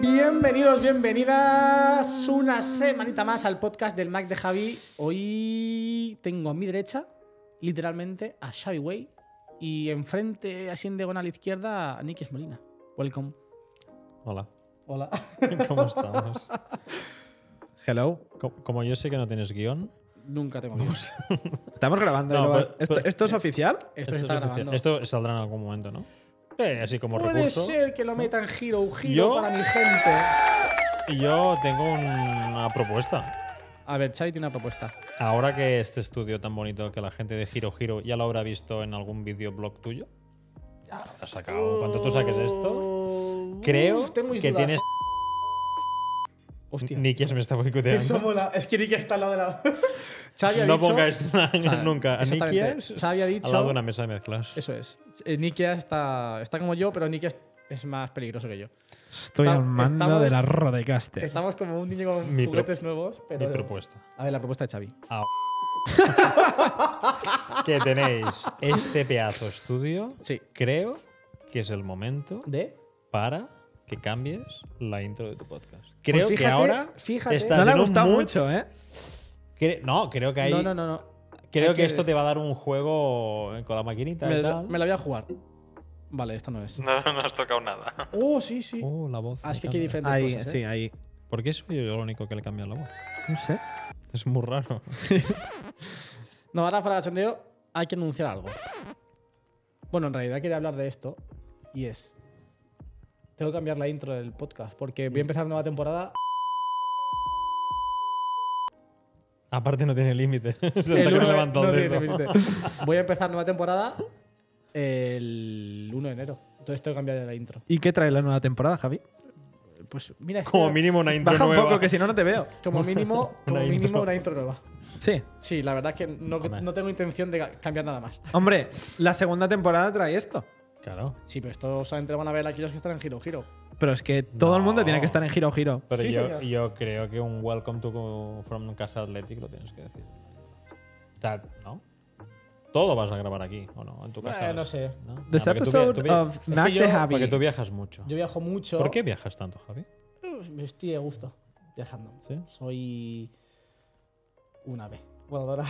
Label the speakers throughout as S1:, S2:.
S1: Bienvenidos, bienvenidas una semanita más al podcast del Mac de Javi. Hoy tengo a mi derecha, literalmente, a Xavi Way y enfrente, así en diagonal izquierda, a Nikis Molina. Welcome.
S2: Hola,
S1: Hola.
S2: ¿cómo estamos?
S3: Hello.
S2: Co- Como yo sé que no tienes guión,
S1: Nunca tengo amigos.
S3: Estamos grabando.
S2: No, pues, eh,
S3: ¿no?
S2: pero-
S3: ¿Esto,
S2: pero-
S3: esto es oficial?
S1: Esto se
S2: es
S1: está
S2: oficial.
S1: grabando.
S2: Esto saldrá en algún momento, ¿no? Eh, así como
S1: Puede
S2: recurso.
S1: ser que lo metan giro, giro
S2: ¿Yo?
S1: para mi gente.
S2: Y Yo tengo una propuesta.
S1: A ver, Xavi tiene una propuesta.
S2: Ahora que este estudio tan bonito que la gente de Giro Giro ya lo habrá visto en algún videoblog tuyo, ya lo has sacado. Cuando tú saques esto,
S1: Uf,
S2: creo
S1: tengo mis
S2: que
S1: Uh, dudas.
S2: tienes.
S1: Hostia.
S2: Ni quién me está boicoteando.
S1: Eso mola. Es que Nikia está al lado de la. Xavi ha
S2: no
S1: dicho-
S2: pongáis nada
S1: Xavi-
S2: nunca a
S1: exactamente.
S2: Nikias
S1: Xavi ha dicho.
S2: al lado de una mesa de mezclas.
S1: Eso es. Eh, Nikia está, está como yo, pero Nikia es, es más peligroso que yo.
S3: Estoy
S1: Esta- al mando estamos- de la
S3: Rodecaster.
S1: Estamos como un niño con
S2: Mi pro-
S1: juguetes nuevos, pero.
S2: Mi propuesta.
S1: A ver, la propuesta de Xavi.
S2: Ah. que tenéis este pedazo estudio.
S1: Sí.
S2: Creo que es el momento
S1: ¿De?
S2: para que cambies la intro de tu podcast.
S1: Pues
S2: Creo que
S1: fíjate,
S2: ahora
S1: fíjate.
S2: estás
S3: No le
S2: en
S3: ha
S2: un
S3: gustado
S2: mood-
S3: mucho, ¿eh?
S2: cre- no, creo que hay.
S1: No, no, no, no.
S2: Creo
S1: Hay
S2: que, esto te va a dar un juego con la maquinita
S1: Me,
S2: y tal.
S1: me la voy a jugar. Vale, esta no es.
S4: No, no has tocado nada.
S1: Oh, sí, sí.
S2: Oh, la voz.
S1: Ah, es que
S2: me
S1: aquí hay
S2: cambia.
S1: diferentes
S3: Ahí,
S1: cosas, ¿eh?
S3: sí, ahí.
S2: ¿Por qué soy yo el único que le cambia la voz?
S3: No sé.
S2: Es muy raro.
S1: No, ahora fuera de cachondeo hay que anunciar algo. Bueno, en realidad quería hablar de esto. Y es. Tengo que cambiar la intro del podcast porque voy a empezar una nueva temporada.
S2: Aparte, no tiene límite. Se está
S1: El uno de-
S2: levantando
S1: no,
S2: el
S1: sí,
S2: dedo.
S1: sí, Voy a empezar nueva temporada el 1 de enero. Entonces tengo que cambiar la intro.
S3: ¿Y qué trae la nueva temporada, Javi?
S1: Pues mira, este-
S2: Como mínimo una intro
S3: Baja
S2: nueva.
S3: un poco, que si no, no te veo.
S1: como mínimo, como
S2: Una
S1: mínimo
S2: intro.
S1: una intro nueva.
S3: Sí.
S1: Sí, la verdad es que no,
S2: Hombre.
S1: no tengo intención de ca- cambiar nada más.
S3: Hombre, la segunda temporada trae esto.
S2: Claro.
S1: Sí, pero esto solamente lo van a ver aquellos que están en Giro Giro.
S3: Pero es que todo el mundo
S2: No.
S3: tiene que estar en giro giro.
S2: Pero
S1: Sí,
S2: yo,
S1: señor.
S2: yo creo que un welcome to co- from Casa Athletic lo tienes que decir. Tal, ¿no? Todo vas a grabar aquí, ¿o no? En tu casa.
S1: Eh, no sé.
S2: ¿no?
S3: This
S2: Ah, porque tú via- tú
S3: episode
S2: via-
S3: of Mac
S1: yo-
S3: de
S2: Porque tú
S3: Javi.
S2: viajas mucho.
S1: Yo viajo mucho.
S2: ¿Por qué viajas tanto, Javi?
S1: Me Estoy a gusto viajando.
S2: ¿Sí?
S1: Soy una B. Bueno, ahora.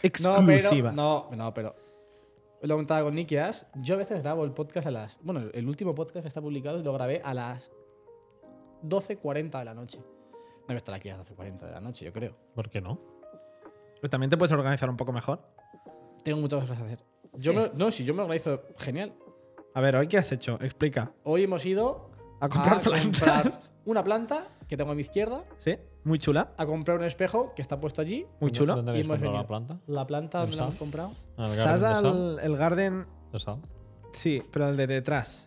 S3: Exclusiva.
S1: No, pero, no, no, pero. Lo comentaba con Nikias. Yo a veces grabo el podcast a las. Bueno, el último podcast que está publicado lo grabé a las 12.40 de la noche. No voy a estar aquí a las 12.40 de la noche, yo creo.
S2: ¿Por qué no?
S3: Pero También te puedes organizar un poco mejor.
S1: Tengo muchas cosas que hacer. Yo me- no, si yo me organizo genial.
S3: A ver, ¿hoy qué has hecho? Explica.
S1: Hoy hemos ido
S2: Ah,
S3: A comprar
S1: comprar
S3: plantas.
S1: una planta que tengo a mi izquierda,
S3: ¿Sí? Muy chula.
S1: a comprar un espejo que está puesto allí.
S3: Muy
S2: ¿Dó-
S3: chulo.
S1: Y
S2: ¿Dónde habéis
S1: hemos
S2: comprado la
S1: venido.
S2: planta?
S1: La planta donde
S2: ¿Dónde
S1: la hemos
S2: está?
S1: comprado.
S2: ¿En el
S3: ¿Sas
S2: Garden de Sal?
S3: al el garden?
S2: ¿De Sal?
S3: Sí, pero el de detrás.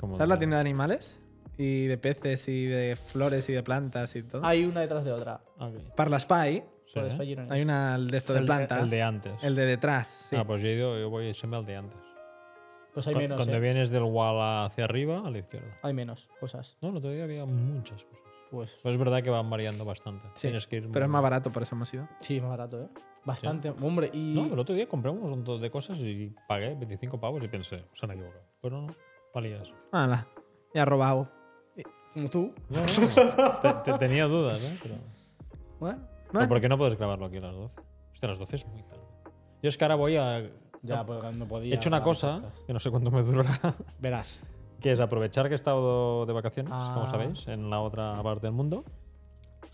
S2: ¿Cómo
S3: ¿Sabes
S2: de-
S3: la tienda de animales? Y de peces y de flores y de plantas y todo.
S1: Hay una detrás de otra.
S2: Ah, ok.
S3: Parla Spy,
S2: Sí,
S1: Por
S2: ¿eh?
S1: espallerones.
S3: hay una de esto de
S2: El-
S3: plantas.
S2: El de antes.
S3: El de detrás, sí.
S2: Ah, pues yo, he ido- yo voy siempre al de antes.
S1: Pues hay
S2: Cu-
S1: menos.
S2: Cuando
S1: eh.
S2: vienes del wall hacia arriba, a la izquierda.
S1: Hay menos cosas.
S2: No, el otro día había muchas cosas.
S1: Pues
S2: Pues es verdad que van variando bastante.
S3: Sí,
S2: Tienes que ir
S3: pero es
S2: muy-
S3: más barato, por eso hemos ido.
S1: sí, más barato, ¿eh? Bastante. Hombre, y.
S2: No, el otro día compré un montón de cosas y pagué 25 pavos y pensé, se han equivocado. Pero no, valía eso.
S3: Hala, ya robado.
S1: como tú.
S2: No, no, te- te- tenía dudas, ¿eh? Pero,
S1: Bueno.
S2: Pero
S3: Bueno.
S2: ¿Por qué no puedes grabarlo aquí a las 12? Hostia, a las 12 es muy tarde. Yo es que ahora voy a...
S1: Ya, pues no podía.
S2: he hecho una
S1: grabar
S2: cosa
S1: podcast.
S2: que no sé cuánto me durará,
S1: Verás.
S2: que es aprovechar que he estado de vacaciones, como
S1: Ah.
S2: sabéis, en la otra parte del mundo,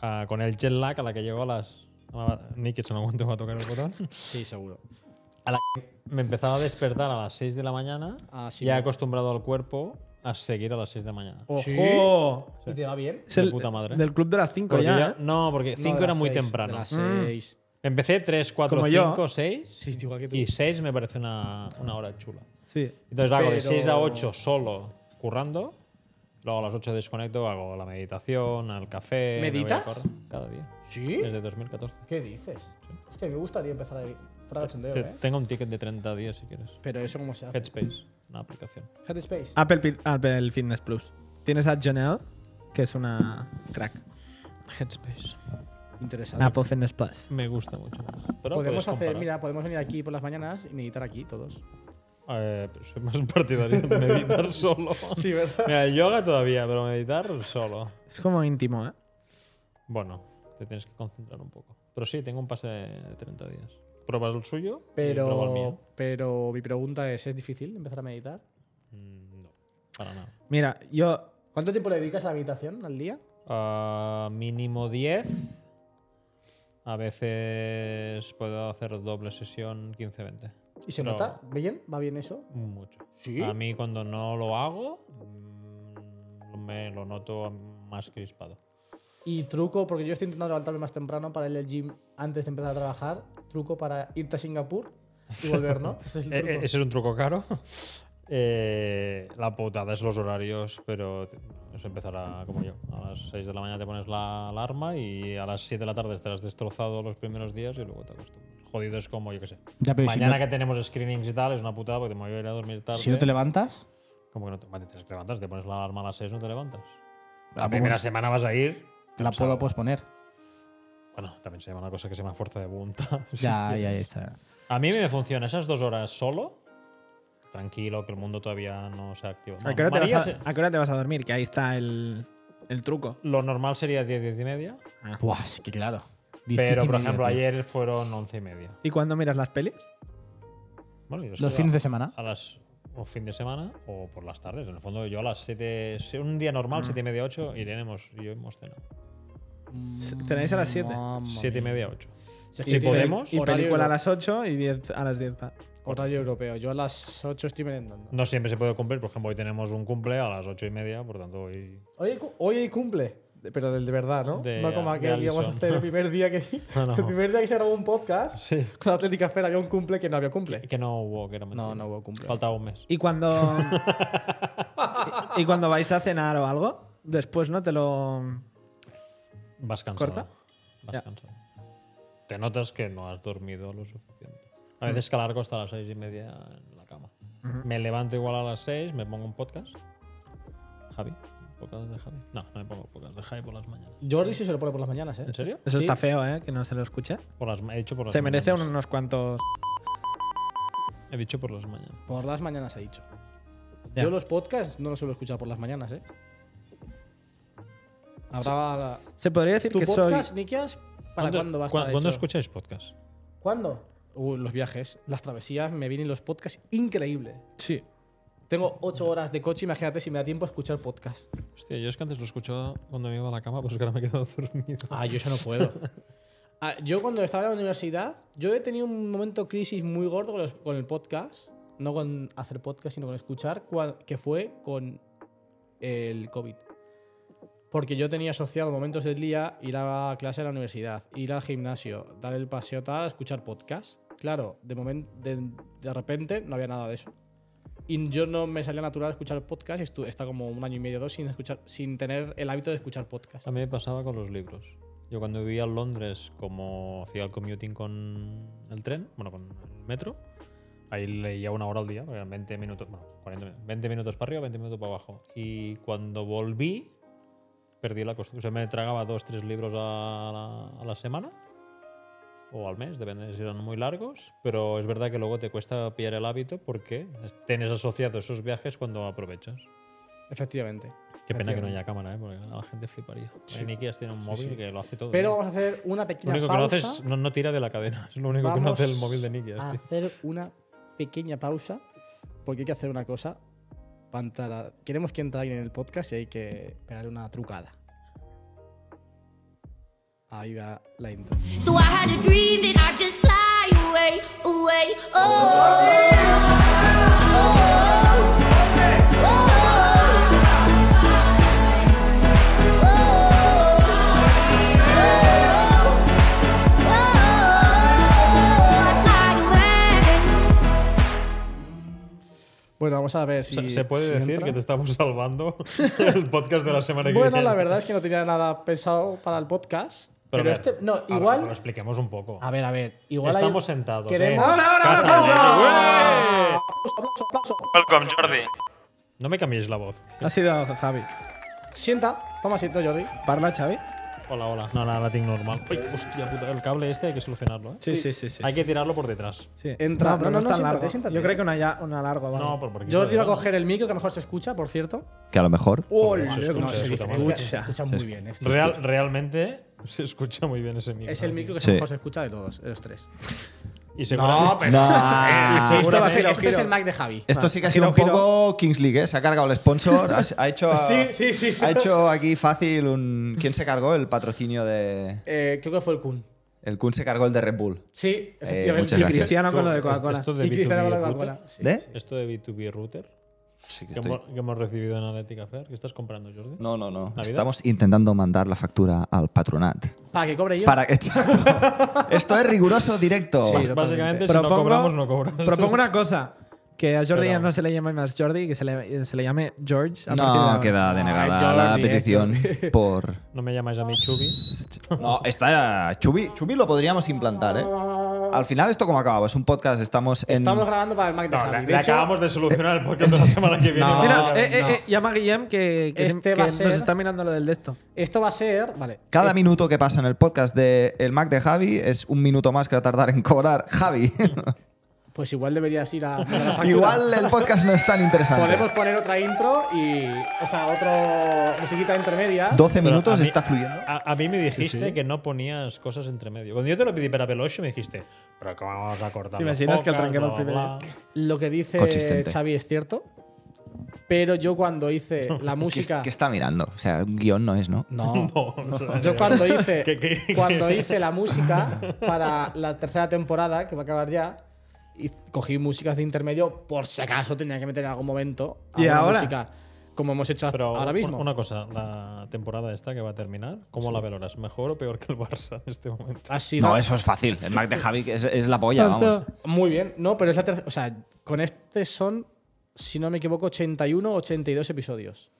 S2: ah, con el jet lag a la que llegó a las... Nick, en algún momento va a tocar el botón.
S1: Sí, seguro.
S2: Me empezaba a despertar a las 6 de la mañana
S1: Ah, sí,
S2: ya he
S1: me-
S2: acostumbrado al cuerpo a seguir a las 6 de la mañana.
S3: ¡Ojo!
S1: Sí.
S3: ¿Y te va bien?
S2: De puta madre.
S3: Del club de las 5
S2: Porque
S3: ya.
S2: ya-
S3: ¿eh?
S2: No, porque 5
S5: de
S2: era
S5: las
S2: muy
S5: seis,
S2: temprano.
S5: de las
S3: Mm.
S5: seis.
S2: Empecé 3, 4,
S3: Como yo.
S2: 5, 6.
S5: Sí, igual que tú.
S2: Y 6 me parece una, una hora chula.
S3: Sí.
S2: Entonces hago de
S5: Pero-
S2: 6 a 8 solo currando. Luego a las 8 desconecto, hago la meditación, al café. me voy a
S5: ¿Meditas?
S2: correr Cada día.
S5: ¿Sí?
S2: Desde 2014.
S1: ¿Qué dices? Hostia, me gustaría empezar a vivir. Fuera cachondeo,
S2: Te-
S1: ¿eh?
S2: tengo un ticket de 30 días si quieres.
S1: Pero eso cómo se hace.
S2: Headspace, Ah, una aplicación.
S1: Headspace.
S3: Apple, Pi- Apple Fitness Plus. Tienes a Janelle, que es una crack.
S2: Headspace.
S1: Interesante.
S3: Apple Fitness Plus.
S2: Me gusta mucho más. Pero
S1: podemos
S2: puedes
S1: hacer,
S2: pues comparar.
S1: mira, podemos venir aquí por las mañanas y meditar aquí todos.
S2: Eh, pero soy más partidario de meditar solo.
S1: ¿verdad?
S2: Mira, yoga todavía, pero meditar solo.
S3: Es como íntimo, ¿eh?
S2: Bueno, te tienes que concentrar un poco. Pero sí, tengo un pase de 30 días. Pruebas el suyo y pruebo el mío.
S1: Pero, pero mi pregunta es, ¿es difícil empezar a meditar?
S2: Mm, No, para nada.
S3: Mira, yo.
S1: ¿Cuánto tiempo le dedicas a la meditación al día?
S2: Ah, mínimo 10. A veces puedo hacer doble sesión 15-20.
S1: ¿Y se
S2: No.
S1: nota? ¿Bien? ¿Va bien eso?
S2: Mucho.
S1: Sí.
S2: A mí cuando no lo hago, mm, me lo noto más crispado.
S1: Y truco, porque yo estoy intentando levantarme más temprano para ir al gym antes de empezar a trabajar. Truco para irte a Singapur y volver, ¿no? Ese es el
S2: Eh,
S1: truco.
S2: eh, ese es un truco caro. Eh, la putada es los horarios, pero t- es empezar a- como yo. A las 6 de la mañana te pones la alarma y a las 7 de la tarde estarás destrozado los primeros días y luego te acostumbras. Jodido es como, yo qué sé.
S1: Ya, pero si
S2: Mañana
S1: no-
S2: que tenemos screenings y tal, es una putada porque me voy a ir a dormir tarde. ¿eh?
S1: Si no te levantas,
S2: Como que no te, te tienes que levantar, si te pones la alarma a las 6 no te levantas. La
S1: Ah,
S2: primera
S1: bueno.
S2: semana vas a ir.
S1: la
S2: cansado.
S1: puedo posponer.
S2: Bueno, también se llama una cosa que se llama fuerza de voluntad.
S1: Ya, ya, ya está.
S2: A mí me funciona esas dos horas solo, tranquilo, que el mundo todavía no se ha activado.
S3: ¿A
S2: No,
S3: qué, hora te vas
S2: María
S3: a,
S2: se-
S3: a qué hora te vas a dormir? Que ahí está el, el truco.
S2: Lo normal sería 10, 10 y media,
S5: Buah, es que claro.
S2: pero por
S5: 10 y
S2: ejemplo
S5: media, tío.
S2: ayer fueron 11 y media.
S3: ¿Y cuándo miras las pelis?
S2: Bueno, yo
S5: Los
S2: soy
S5: fines
S2: a,
S5: de semana.
S2: a las un fin de semana o por las tardes. En el fondo yo a las 7, si un día normal, 7 y media, 8, iremos y yo hemos cenado.
S3: S- ¿Tenéis a las 7?
S5: Mamma
S2: 7 y
S5: mía.
S2: media, 8.
S1: Si
S2: Si podemos.
S3: Y película a las 8 y 10 a las 10. pa-
S1: Horario europeo. Yo a las 8 estoy merendando.
S2: No siempre se puede cumplir, por ejemplo, hoy tenemos un cumple a las 8 y media, por tanto hoy...
S1: Hoy, hay cu- hoy hay cumple. de- Pero del de verdad, ¿no?
S2: De-
S1: no como
S2: de
S1: aquel que íbamos a
S2: Allison.
S1: hacer el primer día que,
S2: No, no.
S1: el primer día que se grabó un podcast
S2: Sí.
S1: con Atlética Fair había un cumple que no había cumple.
S2: Que no hubo, que era mentira.
S1: No, no hubo cumple.
S2: Faltaba un mes.
S3: ¿Y cuando. y, y cuando vais a cenar o algo? Después no te lo.
S2: Vas cansado.
S3: ¿Corta?
S2: Vas
S3: Ya.
S2: cansado. Te notas que no has dormido lo suficiente. A veces que largo hasta las seis y media en la cama. Me levanto igual a las seis, me pongo un podcast. Javi. ¿Un podcast de Javi? No, no me pongo podcast de Javi por las mañanas.
S1: Jordi sí se lo pone por las mañanas, ¿eh?
S2: ¿En serio?
S3: Eso
S1: Sí.
S3: está feo, ¿eh? Que no se lo escuche.
S2: Por las, ma- he dicho por las
S3: Se
S2: mañanas.
S3: merece unos cuantos.
S2: He dicho por las mañanas.
S1: Por las mañanas ha dicho.
S3: Ya.
S1: Yo los podcasts no los suelo escuchar por las mañanas, ¿eh? Habrá
S3: Se podría decir
S1: tu
S3: que
S1: podcast,
S3: soy.
S1: Nikias, ¿para cuándo va a
S2: cua-
S1: estar
S2: ¿Cuándo
S1: hecho?
S2: escucháis podcast?
S1: ¿Cuándo? Uy, los viajes, las travesías, me vienen los podcasts increíbles.
S3: Sí.
S1: Tengo ocho horas de coche, imagínate si me da tiempo a escuchar podcast.
S2: Hostia, yo es que antes lo escuchaba cuando me iba a la cama, pues que ahora me he quedado dormido.
S1: Ah, yo eso no puedo. Ah, yo cuando estaba en la universidad, yo he tenido un momento crisis muy gordo con, los- con el podcast, no con hacer podcast, sino con escuchar, cua- que fue con el COVID. Porque yo tenía asociado momentos del día, ir a clase a la universidad, ir al gimnasio, dar el paseo tal, escuchar podcast. Claro, de, momento de, de repente no había nada de eso. Y yo no me salía natural escuchar podcast y estu- he estado como un año y medio dos sin, escuchar, sin tener el hábito de escuchar podcast.
S2: A mí me pasaba con los libros. Yo cuando vivía en Londres, como hacía el commuting con el tren, bueno, con el metro, ahí leía una hora al día, porque eran 20 minutos, bueno, 40 minutos, 20 minutos para arriba, 20 minutos para abajo. Y cuando volví, perdí la costumbre. O sea, me tragaba dos, tres libros a la, a la semana o al mes, depende de si eran muy largos, pero es verdad que luego te cuesta pillar el hábito porque es- tienes asociado esos viajes cuando aprovechas.
S1: Efectivamente.
S2: Qué pena que no
S1: Efectivamente.
S2: haya cámara, ¿eh? porque a la gente fliparía. Sí. tiene un móvil
S1: sí.
S2: que lo hace todo.
S1: Pero
S2: ¿no?
S1: vamos a hacer una
S2: Lo
S1: pequeña
S2: único que no
S1: pausa.
S2: hace es no, no tira de la cadena. Es lo único que no hace el
S1: Vamos
S2: móvil de Nikias,
S1: a
S2: tío.
S1: hacer una pequeña pausa porque hay que hacer una cosa. para entrar a- Queremos que entre alguien en el podcast y hay que pegarle una trucada. Ahí va la intro.
S6: So I had a dream that I just fly away, away, oh. oh, oh, oh, oh.
S1: Vamos a ver si.
S2: Se- ¿Se puede
S1: si
S2: decir
S1: entra.
S2: que te estamos salvando el podcast de la semana que viene?
S1: Bueno, la verdad es que no tenía nada pensado para el podcast. Pero,
S2: a ver,
S1: este. No,
S2: a ver,
S1: igual. Ah.
S2: Lo expliquemos un poco.
S1: a ver, a ver. Igual hay-
S2: Estamos sentados.
S1: queremos-
S2: ¿eh?
S1: ¡Ahora,
S2: Casa.
S1: Aplauso, aplauso, aplauso.
S7: Welcome, Jordi.
S2: No me cambiéis la voz.
S3: Ha sido Javi.
S1: Sienta. Toma asiento, Jordi.
S3: ¿Parla, Xavi?
S2: Hola, hola. No, nada, la tengo normal. Ay, hostia puta, el cable este hay que solucionarlo, ¿eh?
S3: Sí, sí, sí. sí,
S2: Hay que tirarlo por detrás.
S3: sí.
S1: Entra.
S3: No, pero
S1: No, no,
S3: no, es tan
S1: siéntate,
S3: largo.
S1: siéntate.
S3: Yo creo que una, ya, una larga, vale.
S2: No, por porque.
S1: Jordi va a coger el micro, que mejor se escucha, por cierto.
S8: Que a lo mejor.
S3: ¡Ole!
S2: Se escucha,
S3: No,
S2: se
S3: se
S2: escucha
S3: escucha.
S2: mucho.
S1: Se escucha muy bien. esto.
S2: Real- realmente se escucha muy bien ese micro.
S1: Es el micro que
S8: Sí.
S1: mejor se escucha de todos, de los tres.
S2: Y seguramente-
S1: Esto,
S8: No.
S1: va a ser-
S3: Seguramente
S1: esto es
S3: giro.
S1: el Mac de Javi.
S8: Esto sí que ha sido un
S3: Giro, giro.
S8: poco Kings League, ¿eh? Se ha cargado el sponsor, ha, ha hecho,
S1: Sí, sí, sí.
S8: Ah. ha hecho aquí fácil un... ¿Quién se cargó el patrocinio de...?
S1: Eh, creo que fue el Kun.
S8: El Kun se cargó el de Red Bull.
S1: Sí,
S8: muchas
S1: efectivamente.
S3: Y
S8: gracias.
S3: Cristiano con lo de
S2: Esto-
S3: Coca-Cola.
S2: esto de
S1: y Cristiano con la
S2: B2B
S1: Coca-Cola.
S2: router,
S1: Sí.
S8: ¿De?
S2: Esto de B2B router
S8: Sí que
S2: que
S8: estoy...
S2: hemos, que hemos recibido en Analytica Fair. ¿Qué estás comprando, Jordi?
S8: No, no, no.
S2: ¿Navidad?
S8: Estamos intentando mandar la factura al patronat.
S1: Para que cobre yo.
S8: Para que... Exacto. Esto es riguroso directo.
S1: Sí,
S2: Bás- Básicamente, si no
S3: Propongo-
S2: cobramos, no cobras.
S3: Propongo una cosa. Que a Jordi ya
S2: Pero-
S3: no se le llame más Jordi, que se le, eh, se le llame George. a partir de
S8: No,
S3: ahora.
S8: queda denegada
S1: Jordi,
S8: la
S1: eh,
S8: petición por...
S2: No me llamáis a mí Chubi.
S8: No, está Chubi. Chubi lo podríamos implantar, ¿eh? Al final, ¿esto cómo acaba? Es un podcast, estamos en...
S1: Estamos grabando para el Mac de
S2: No,
S1: Javi.
S2: le,
S1: De
S2: le
S1: hecho,
S2: acabamos de solucionar el podcast de la semana que viene.
S1: No.
S3: Mira,
S1: No,
S3: eh, eh,
S1: no.
S3: eh, llama a Guillem que, que,
S1: Este
S3: que
S1: va a
S3: nos
S1: ser-
S3: está mirando lo del de esto.
S1: esto va a ser. Vale.
S8: Cada
S1: Es-
S8: minuto que pasa en el podcast de El Mac de Javi es un minuto más que va a tardar en cobrar Javi.
S1: Pues igual deberías ir a. a la factura.
S8: Igual el podcast no es tan interesante.
S1: Podemos poner otra intro y. O sea, otra musiquita intermedia.
S8: 12
S2: Pero
S8: minutos
S2: a mí-
S8: está fluyendo.
S2: A, a mí me dijiste que no ponías cosas entre medio. Cuando yo te lo pedí para Veloche, me dijiste, pero ¿cómo vamos a cortar?
S3: ¿Te
S2: los
S3: imaginas que el
S2: podcasts,
S3: tranquero
S2: bla,
S3: el primer
S2: bla, bla?
S1: Lo que dice
S8: Consistente.
S1: Xavi es cierto. Pero yo cuando hice la
S8: ¿Qué,
S1: música.
S8: qué está mirando? O sea, un guión no es, ¿no?
S1: No.
S2: No, o sea,
S1: Yo cuando hice,
S2: ¿Qué- qué- qué?
S1: cuando hice la música para la tercera temporada, que va a acabar ya, y cogí músicas de intermedio por si acaso tenía que meter en algún momento
S3: ¿Y
S1: alguna
S3: ahora?
S1: música, como hemos hecho hasta
S2: Pero
S1: ahora
S2: una-
S1: mismo.
S2: Una cosa, la temporada esta que va a terminar, ¿cómo la valoras? ¿Mejor o peor que el Barça en este momento?
S1: Ha sido
S8: eso es fácil. El Mac de Javi es, es la polla,
S1: muy bien. No, pero es la tercera. O sea, con este son, si no me equivoco, 81 o 82 episodios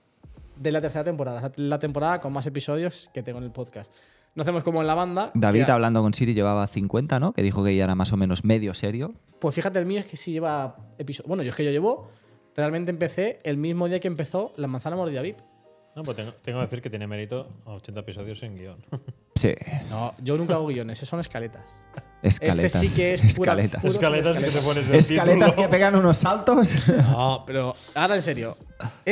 S1: de la tercera temporada. Es La temporada con más episodios que tengo en el podcast. No hacemos como en la banda.
S8: David
S1: que-
S8: hablando con Siri llevaba 50, ¿no? Que dijo que ya era más o menos medio serio.
S1: Pues fíjate, el mío es que sí lleva episodio. Bueno, yo es que yo llevo. Realmente empecé el mismo día que empezó La manzana mordida VIP.
S2: No, pues tengo, tengo que decir que tiene mérito a 80 episodios sin guión.
S8: Sí,
S1: No, yo nunca hago guiones, son escaletas.
S8: escaletas.
S1: Este sí que es pura-
S8: escaletas.
S1: pura-
S2: Escaletas que te pones el
S8: Escaletas que
S2: título.
S8: pegan unos saltos.
S1: No, pero ahora en serio.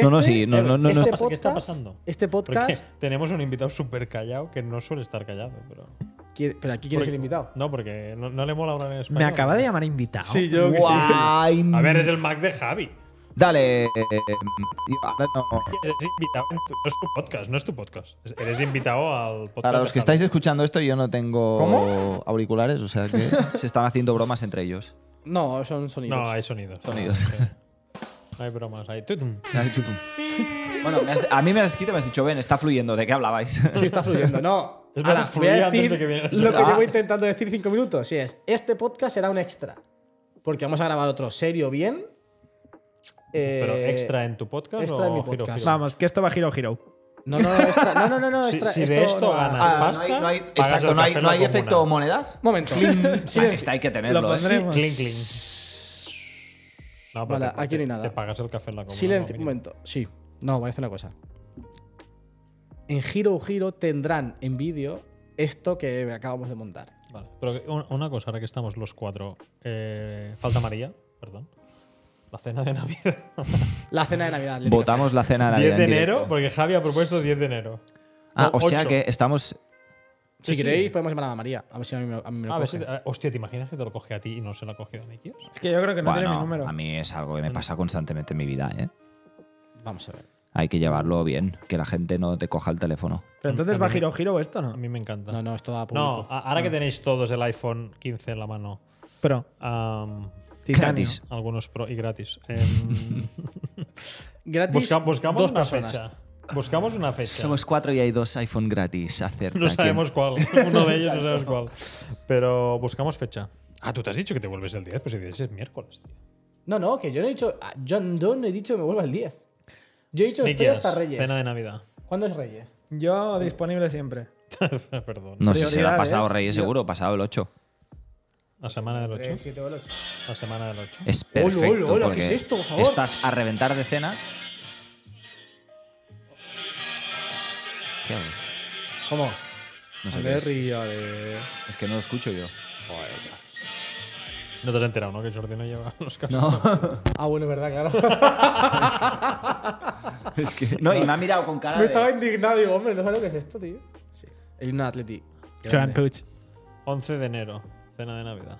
S8: No, no, sí, no, no, no, no
S1: este
S8: está-
S1: podcast,
S2: ¿Qué está pasando?
S1: Este
S2: Porque
S1: podcast.
S2: tenemos un invitado súper callado que no suele estar callado. Pero,
S1: Quiere- pero aquí quiere
S2: Porque-
S1: ser invitado.
S2: No, porque no, no le mola hablar en español.
S3: Me acaba de llamar invitado.
S2: Sí, yo que
S8: Guay.
S2: sí. A ver, es el Mac de Javi.
S8: Dale. eh, y ahora no.
S2: Eres invitado en tu- no es tu podcast, no es tu podcast. Es- Eres invitado al podcast.
S8: Para
S2: de
S8: los que
S2: Javi.
S8: estáis escuchando esto, yo no tengo auriculares, o sea que se están haciendo bromas entre ellos.
S1: No, son sonidos.
S2: No, hay sonidos.
S8: Sonidos.
S2: Ah, Hay bromas. Hay. tutum.
S8: bueno, me has- a mí me has escrito, me has dicho, ven, está fluyendo, ¿de qué hablabais?
S1: Sí, está fluyendo. No.
S2: Es
S1: Ahora,
S2: verdad,
S1: voy a
S2: fluía antes
S1: decir
S2: de que vinieras.
S1: lo que
S8: Ah.
S1: llevo intentando decir cinco minutos. Sí, es. Este podcast será un extra. Porque vamos a grabar otro serio bien. Eh,
S2: Pero extra en tu podcast
S1: extra
S2: o
S1: en mi
S2: giro,
S1: podcast.
S2: giro?
S3: Vamos, que esto va giro giro.
S1: No, no, extra, no, no, no, no,
S2: Si-
S1: extra,
S2: si de esto
S1: no va.
S2: ganas.
S8: Ah, no
S2: Pasta,
S8: hay, no hay-
S2: pagas
S8: exacto,
S2: el
S8: no hay,
S2: café en
S8: no
S2: la comuna.
S8: hay efecto monedas.
S1: Momento.
S8: Ah,
S1: Silencio.
S8: Esta hay que
S3: Lo
S8: tenerlo. ¿eh?
S3: pondremos.
S2: Cling, cling. No, pero
S1: Vale,
S2: te-
S1: aquí no hay
S2: te-
S1: nada.
S2: Te pagas el café en la comida.
S1: Silencio, un momento. Sí. No, voy a decir una cosa. En Giro Giro tendrán en vídeo esto que acabamos de montar.
S2: Vale. Pero un- una cosa, ahora que estamos los cuatro. eh, falta María, perdón. La cena de Navidad.
S1: La cena de Navidad. le digo.
S8: Votamos la cena de Navidad
S2: 10 de
S8: en
S2: enero,
S8: directo.
S2: porque Javi ha propuesto 10 de enero.
S8: Ah,
S2: O-
S8: o sea
S2: ocho.
S8: que estamos.
S1: Si
S2: Sí, sí.
S1: queréis, podemos llamar a María. A ver si a mí me, a mí me lo
S2: Ah, A ver si-
S1: cogen.
S2: a- hostia, ¿te imaginas que te lo coge a ti y no se lo ha cogido a Nikios?
S3: Es que yo creo que no tiene mi número.
S8: Bueno, a mí es algo que me pasa constantemente en mi vida, ¿eh?
S1: Vamos a ver.
S8: Hay que llevarlo bien, que la gente no te coja el teléfono.
S3: Pero entonces va giro giro esto,
S2: A
S3: ¿no?
S2: mí me encanta.
S1: No, no, esto va a
S2: No, ah,
S1: público.
S2: a- ahora que tenéis todos el iPhone 15 en la mano,
S3: Pero,
S2: am,
S3: titanio.
S8: Gratis.
S2: algunos pro y gratis. em,
S1: Gratis.
S2: busca- buscamos
S1: dos
S2: una
S1: personas.
S2: fecha. Buscamos una fecha.
S8: Somos cuatro y hay dos iPhone gratis. Acerta
S2: no
S8: quién-
S2: sabemos cuál. Uno de ellos no sabemos cuál. Pero buscamos fecha. Ah, tú te has dicho que te vuelves el 10, pues el 10 es miércoles, tío.
S1: No, no, que yo no he dicho. a John Don he dicho que me vuelva el 10. Yo he dicho
S2: Nikias,
S1: espero hasta Reyes.
S2: Cena de Navidad.
S1: ¿Cuándo es Reyes?
S3: Yo disponible siempre.
S2: Perdón.
S8: No sé si la ha
S3: Prioridades.
S8: pasado Reyes
S3: Yo-
S8: seguro, pasado el 8.
S2: La semana del
S1: 3,
S2: 8.
S1: 7 o el 8.
S2: La semana del 8.
S8: Es
S1: Hola,
S8: perfecto.
S1: hola, hola,
S8: porque
S1: ¿qué es esto, por favor?
S8: Estás a reventar de cenas. ¿Qué hago?
S1: ¿Cómo?
S8: No sé qué
S3: Ole,
S8: es.
S3: río, ole.
S8: Es que no lo escucho yo.
S2: No te has enterado, ¿no? Que Jordi no lleva los cascos.
S8: No,
S1: Ah, bueno, verdad, claro.
S8: es que. No, y me ha mirado con cara.
S1: me
S8: de-
S1: estaba indignado, digo, hombre, no sé lo que es esto, tío. Sí. El Unión Atleti.
S3: Joan Puig.
S2: 11 de enero, cena de Navidad.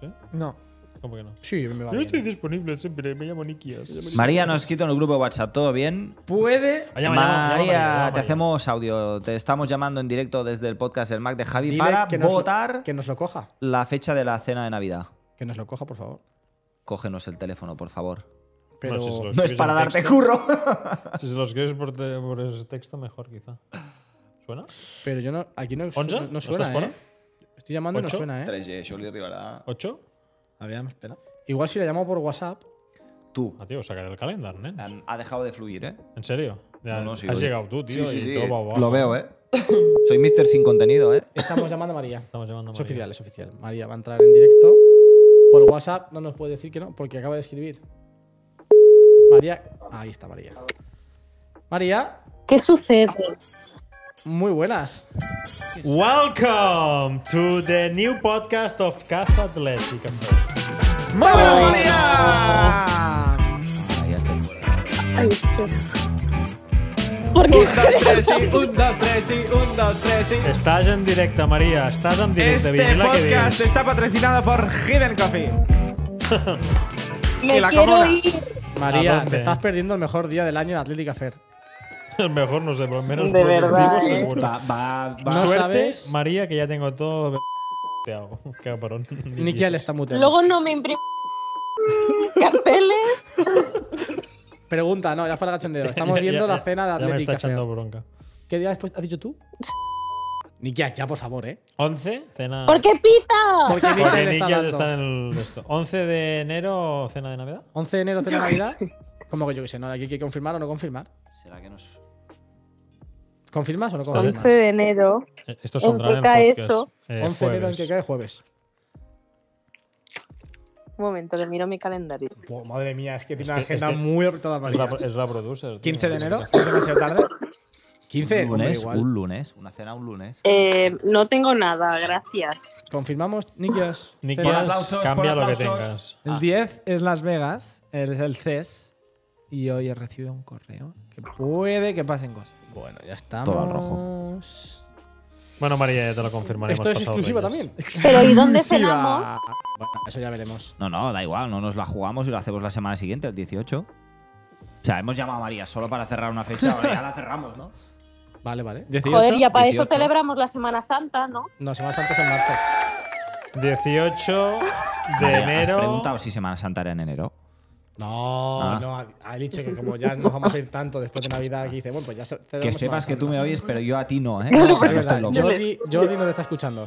S2: ¿Sí?
S3: No.
S2: ¿Cómo que no?
S1: Sí, me va
S2: Yo
S1: bien.
S2: estoy disponible siempre, me llamo Nikias.
S8: María nos ha escrito en el grupo de WhatsApp, ¿todo bien?
S3: Puede.
S2: Ah, llama, llama, llama
S8: María,
S2: llama
S8: te hacemos audio. Te estamos llamando en directo desde el podcast del Mac de Javi
S1: Dile
S8: para
S1: que nos lo-
S8: votar
S1: que nos lo coja.
S8: la fecha de la cena de Navidad.
S1: Que nos lo coja, por favor.
S8: Cógenos el teléfono, por favor.
S1: Pero.
S2: sé si lo
S8: No es
S2: escribes
S8: para
S2: en
S8: darte
S2: texto.
S8: curro.
S1: ¿Eh?
S2: Si se los quieres por, te- por ese texto, mejor quizá. ¿Suena?
S1: Pero yo no. Aquí no, su-
S2: ¿Once?
S1: no
S2: ¿No
S1: suena.
S2: estás fuera?
S1: ¿eh? Estoy llamando y no
S2: ¿Ocho?
S1: suena, ¿eh?
S8: 3G, Juli Rivará.
S2: ¿8?
S3: Habíamos espera.
S1: Igual si la llamo por WhatsApp.
S8: Tú.
S1: Pues-
S2: Ah, tío, sacaré el calendario, ¿eh?
S8: Han- Ha dejado de fluir, ¿eh?
S2: ¿En serio? Ya
S8: No, no, sí,
S2: has
S8: oye.
S2: llegado tú, tío, y todo va abajo.
S8: Lo veo, ¿eh? Soy Mr. Sin contenido, ¿eh?
S1: Estamos llamando a María.
S2: Estamos llamando a
S1: Es
S2: Ah, María.
S1: oficial, es oficial. María va a entrar en directo. Por WhatsApp no nos puede decir que no, porque acaba de escribir. María. Ahí está María. María,
S7: ¿Qué sucede?
S1: muy buenas.
S2: Welcome to the new podcast of Casa Atlética.
S3: ¡Muy buenas, María!
S8: Ahí está.
S7: Ay, es que... ¿Por qué?
S3: Un, dos, tres y un, dos, tres y un, dos, tres y.
S2: Estás en directo, María. Estás en directo.
S3: Este
S2: la que
S3: podcast
S2: dius.
S3: está patrocinado por Hidden Coffee.
S7: Me
S3: la
S7: quiero
S3: comoda.
S7: ir.
S2: ¿A
S1: María,
S2: dónde?
S1: te estás perdiendo el mejor día del año de Atlética Fair.
S2: Mejor no sé, por lo menos
S7: De verdad,
S2: productivo,
S7: ¿eh?
S2: seguro.
S8: Va, va,
S1: No
S8: va.
S2: Suerte,
S1: sabes-
S2: María, que ya tengo todo. Te hago, cabrón.
S1: Nikiel está muteado.
S7: Luego no me imprimen carteles.
S1: Pregunta, no, ya fue el cachondeo. Estamos
S2: Ya-
S1: viendo
S2: ya-
S1: la cena de
S2: Ya me está
S1: Atlética Fair.
S2: echando bronca.
S1: ¿Qué día después has dicho tú? Nikiel, ya, por favor, ¿eh?
S2: 11, cena.
S7: ¿Por qué pita?
S1: Porque
S2: Porque
S1: Nikiel está
S2: Nikias
S1: dando.
S2: está en el. Esto. 11 de enero, cena de Navidad.
S1: 11 de enero, cena de Navidad. ¿Cómo que yo qué sé? ¿No? ¿Aquí hay que confirmar o no confirmar?
S8: ¿Será que nos.?
S1: ¿Confirmas o no
S2: Está bien.
S1: confirmas?
S7: 11 de enero.
S2: Eh, Esto
S7: ¿En
S2: saldrá
S7: qué
S2: en el
S7: cae
S2: podcast.
S7: eso?
S2: eh,
S1: 11 de enero en
S2: jueves.
S1: que cae jueves.
S7: Un momento, que miro mi calendario.
S1: Buah, madre mía, es que tiene
S2: que-
S1: una agenda
S2: es que-
S1: muy apretada
S2: Es
S1: María.
S2: la, es la producer. tío.
S3: 15 de enero, es demasiado tarde.
S1: 15,
S8: un
S1: hombre,
S8: lunes,
S1: igual.
S8: un lunes. Una cena un lunes.
S7: Eh, no tengo nada, gracias.
S1: Confirmamos, Nikias.
S8: Por
S2: Nikias,
S8: aplausos, por
S2: cambia lo que
S8: aplausos.
S2: tengas.
S3: El 10 es Las Vegas, el- es el CES. Y hoy he recibido un correo que puede que pasen cosas.
S1: Bueno, ya estamos.
S8: Todo al
S2: Bueno, María, ya te lo confirmaremos.
S1: Esto es
S2: pasado
S1: exclusiva
S2: Reyes.
S1: también.
S7: Pero ¿y dónde
S3: Exclusiva.
S7: cenamos?
S1: Bueno, eso ya veremos.
S8: No, no, da igual. No nos la jugamos y lo hacemos la semana siguiente, el 18. O sea, hemos llamado a María solo para cerrar una fecha. Ahora ya la cerramos, ¿no?
S1: Vale, vale.
S3: 18.
S7: Joder, ya para eso
S8: 18.
S7: celebramos la Semana Santa, ¿no?
S1: No, Semana Santa es en marzo.
S2: 18 de
S8: María,
S2: enero.
S8: Has preguntado si Semana Santa era en enero.
S1: No,
S8: Ah.
S1: no, ha, ha dicho que como ya nos vamos a ir tanto después de Navidad, que dice, bueno, pues ya se-
S8: Que
S1: celebramos
S8: sepas que
S1: Semana
S8: tú me
S1: Santa.
S8: oyes, pero yo a ti no, ¿eh?
S1: No,
S8: O sea,
S1: es
S8: no
S1: verdad,
S8: estoy loco.
S1: Jordi, Jordi no te está escuchando.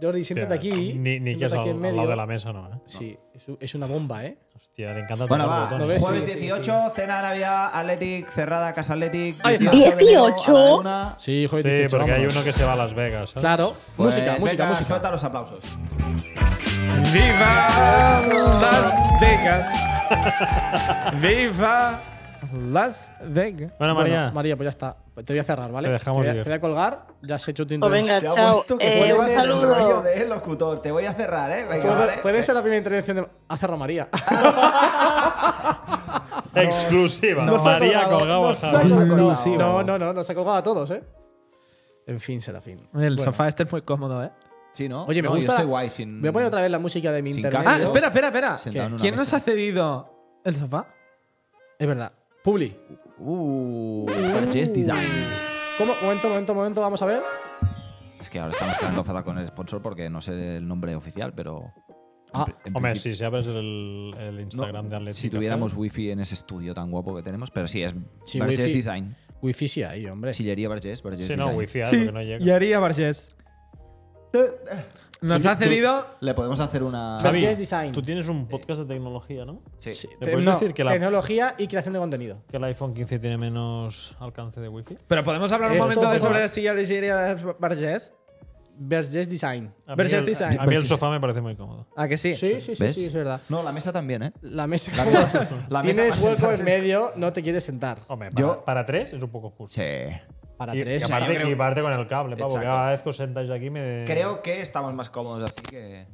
S1: Jordi,
S2: Hostia,
S1: siéntate aquí.
S2: Ni, ni que
S1: siéntate
S2: al,
S1: aquí en
S2: al
S1: medio.
S2: lado de la mesa, no, eh.
S1: Sí, es, u- es una bomba, ¿eh?
S2: Hostia, le encanta
S8: Bueno,
S2: tocar
S8: va.
S2: botones.
S1: ¿No ves?
S8: Jueves
S1: Sí, sí,
S8: 18, cena de Navidad, Athletic, cerrada, Casa Athletic.
S1: Ahí está.
S8: 18. de enero, a la
S7: 18.
S8: una.
S1: Sí, joder,
S2: Sí, porque hay uno que se va a Las Vegas. ¿sabes?
S1: Claro,
S8: Pues,
S1: música, música,
S8: venga,
S1: música.
S8: Suelta los aplausos.
S3: ¡Viva Las Vegas! ¡Viva Las Vegas!
S1: Bueno,
S2: Bueno, María,
S1: María, pues ya está. Te voy a cerrar, ¿vale?
S2: Te dejamos
S1: voy a,
S2: ir.
S1: te voy a colgar, ya has hecho tu
S7: Pues venga,
S1: introducción.
S7: chao. Eh,
S1: puede
S7: un
S1: ser el
S7: saludo.
S8: de locutor. Te voy a cerrar, ¿eh?
S1: Puede, puede ser la primera intervención de. Ha cerrado María.
S2: exclusiva. María colgado a Javi.
S3: colgado.
S1: no, no, no, no, nos ha colgado a todos, ¿eh? En fin, Serafín.
S3: El
S1: Bueno.
S3: sofá este es muy cómodo, ¿eh?
S8: Sí, ¿no?
S1: Oye, me
S8: No, yo
S1: gusta.
S8: estoy guay sin...
S1: Voy a poner otra vez la música de mi
S8: Sin
S1: internet.
S8: casco.
S3: Ah, espera, espera, espera.
S8: Sentado en una
S3: ¿Quién nos
S8: mesa.
S3: ha cedido el sofá?
S1: Es verdad. Publi.
S8: Uh, purchase design.
S1: ¿Cómo? Momento, momento, momento, vamos a ver.
S8: Es que ahora estamos creando oferta con el sponsor porque no sé el nombre oficial, pero...
S1: Ah,
S8: en
S2: Hombre,
S8: principio-
S2: si se abres el, el
S8: no,
S2: Instagram de Atlético.
S8: si tuviéramos wifi en ese estudio tan guapo que tenemos, pero sí, es
S1: Sí,
S8: Burgess
S1: wifi.
S8: Design.
S1: Wifi sí hay, hombre.
S8: Sillería Burgess, Burgess
S2: Sí, no,
S8: Design.
S2: wifi, algo que no llega.
S3: y haría Barges. Nos ha cedido.
S8: Le podemos hacer una.
S1: Javi,
S2: Javi,
S1: es design.
S2: tú tienes un podcast de tecnología, ¿no?
S8: Sí.
S1: Sí,
S2: ¿Me
S1: te-
S2: puedes
S1: no,
S2: decir que la-
S1: Tecnología y creación de contenido.
S2: Que el iPhone 15 tiene menos alcance de wifi.
S3: Pero podemos hablar un
S1: Esto
S3: momento de
S1: tengo-
S3: sobre si Yari Siria Barges.
S1: Versus design.
S2: A mí,
S3: Versus
S2: el,
S3: design.
S2: a mí el sofá me parece muy cómodo.
S3: Ah, que sí.
S1: Sí, sí, sí,
S8: ¿Ves?
S1: sí, es verdad.
S8: No, la mesa también, ¿eh?
S1: La mesa.
S8: La mesa- la mesa
S1: Tienes
S8: más
S1: hueco
S8: entonces-
S1: en medio, no te quieres sentar.
S2: Hombre, para,
S8: Yo-
S2: para tres es un poco justo.
S8: Sí.
S1: Para
S2: Oh, Y, y
S1: tres.
S2: aparte,
S8: yo creo-
S2: y aparte con el cable, pavo. Que
S8: Exacto.
S2: cada vez que os sentáis aquí me.
S8: Creo que estamos más cómodos, así que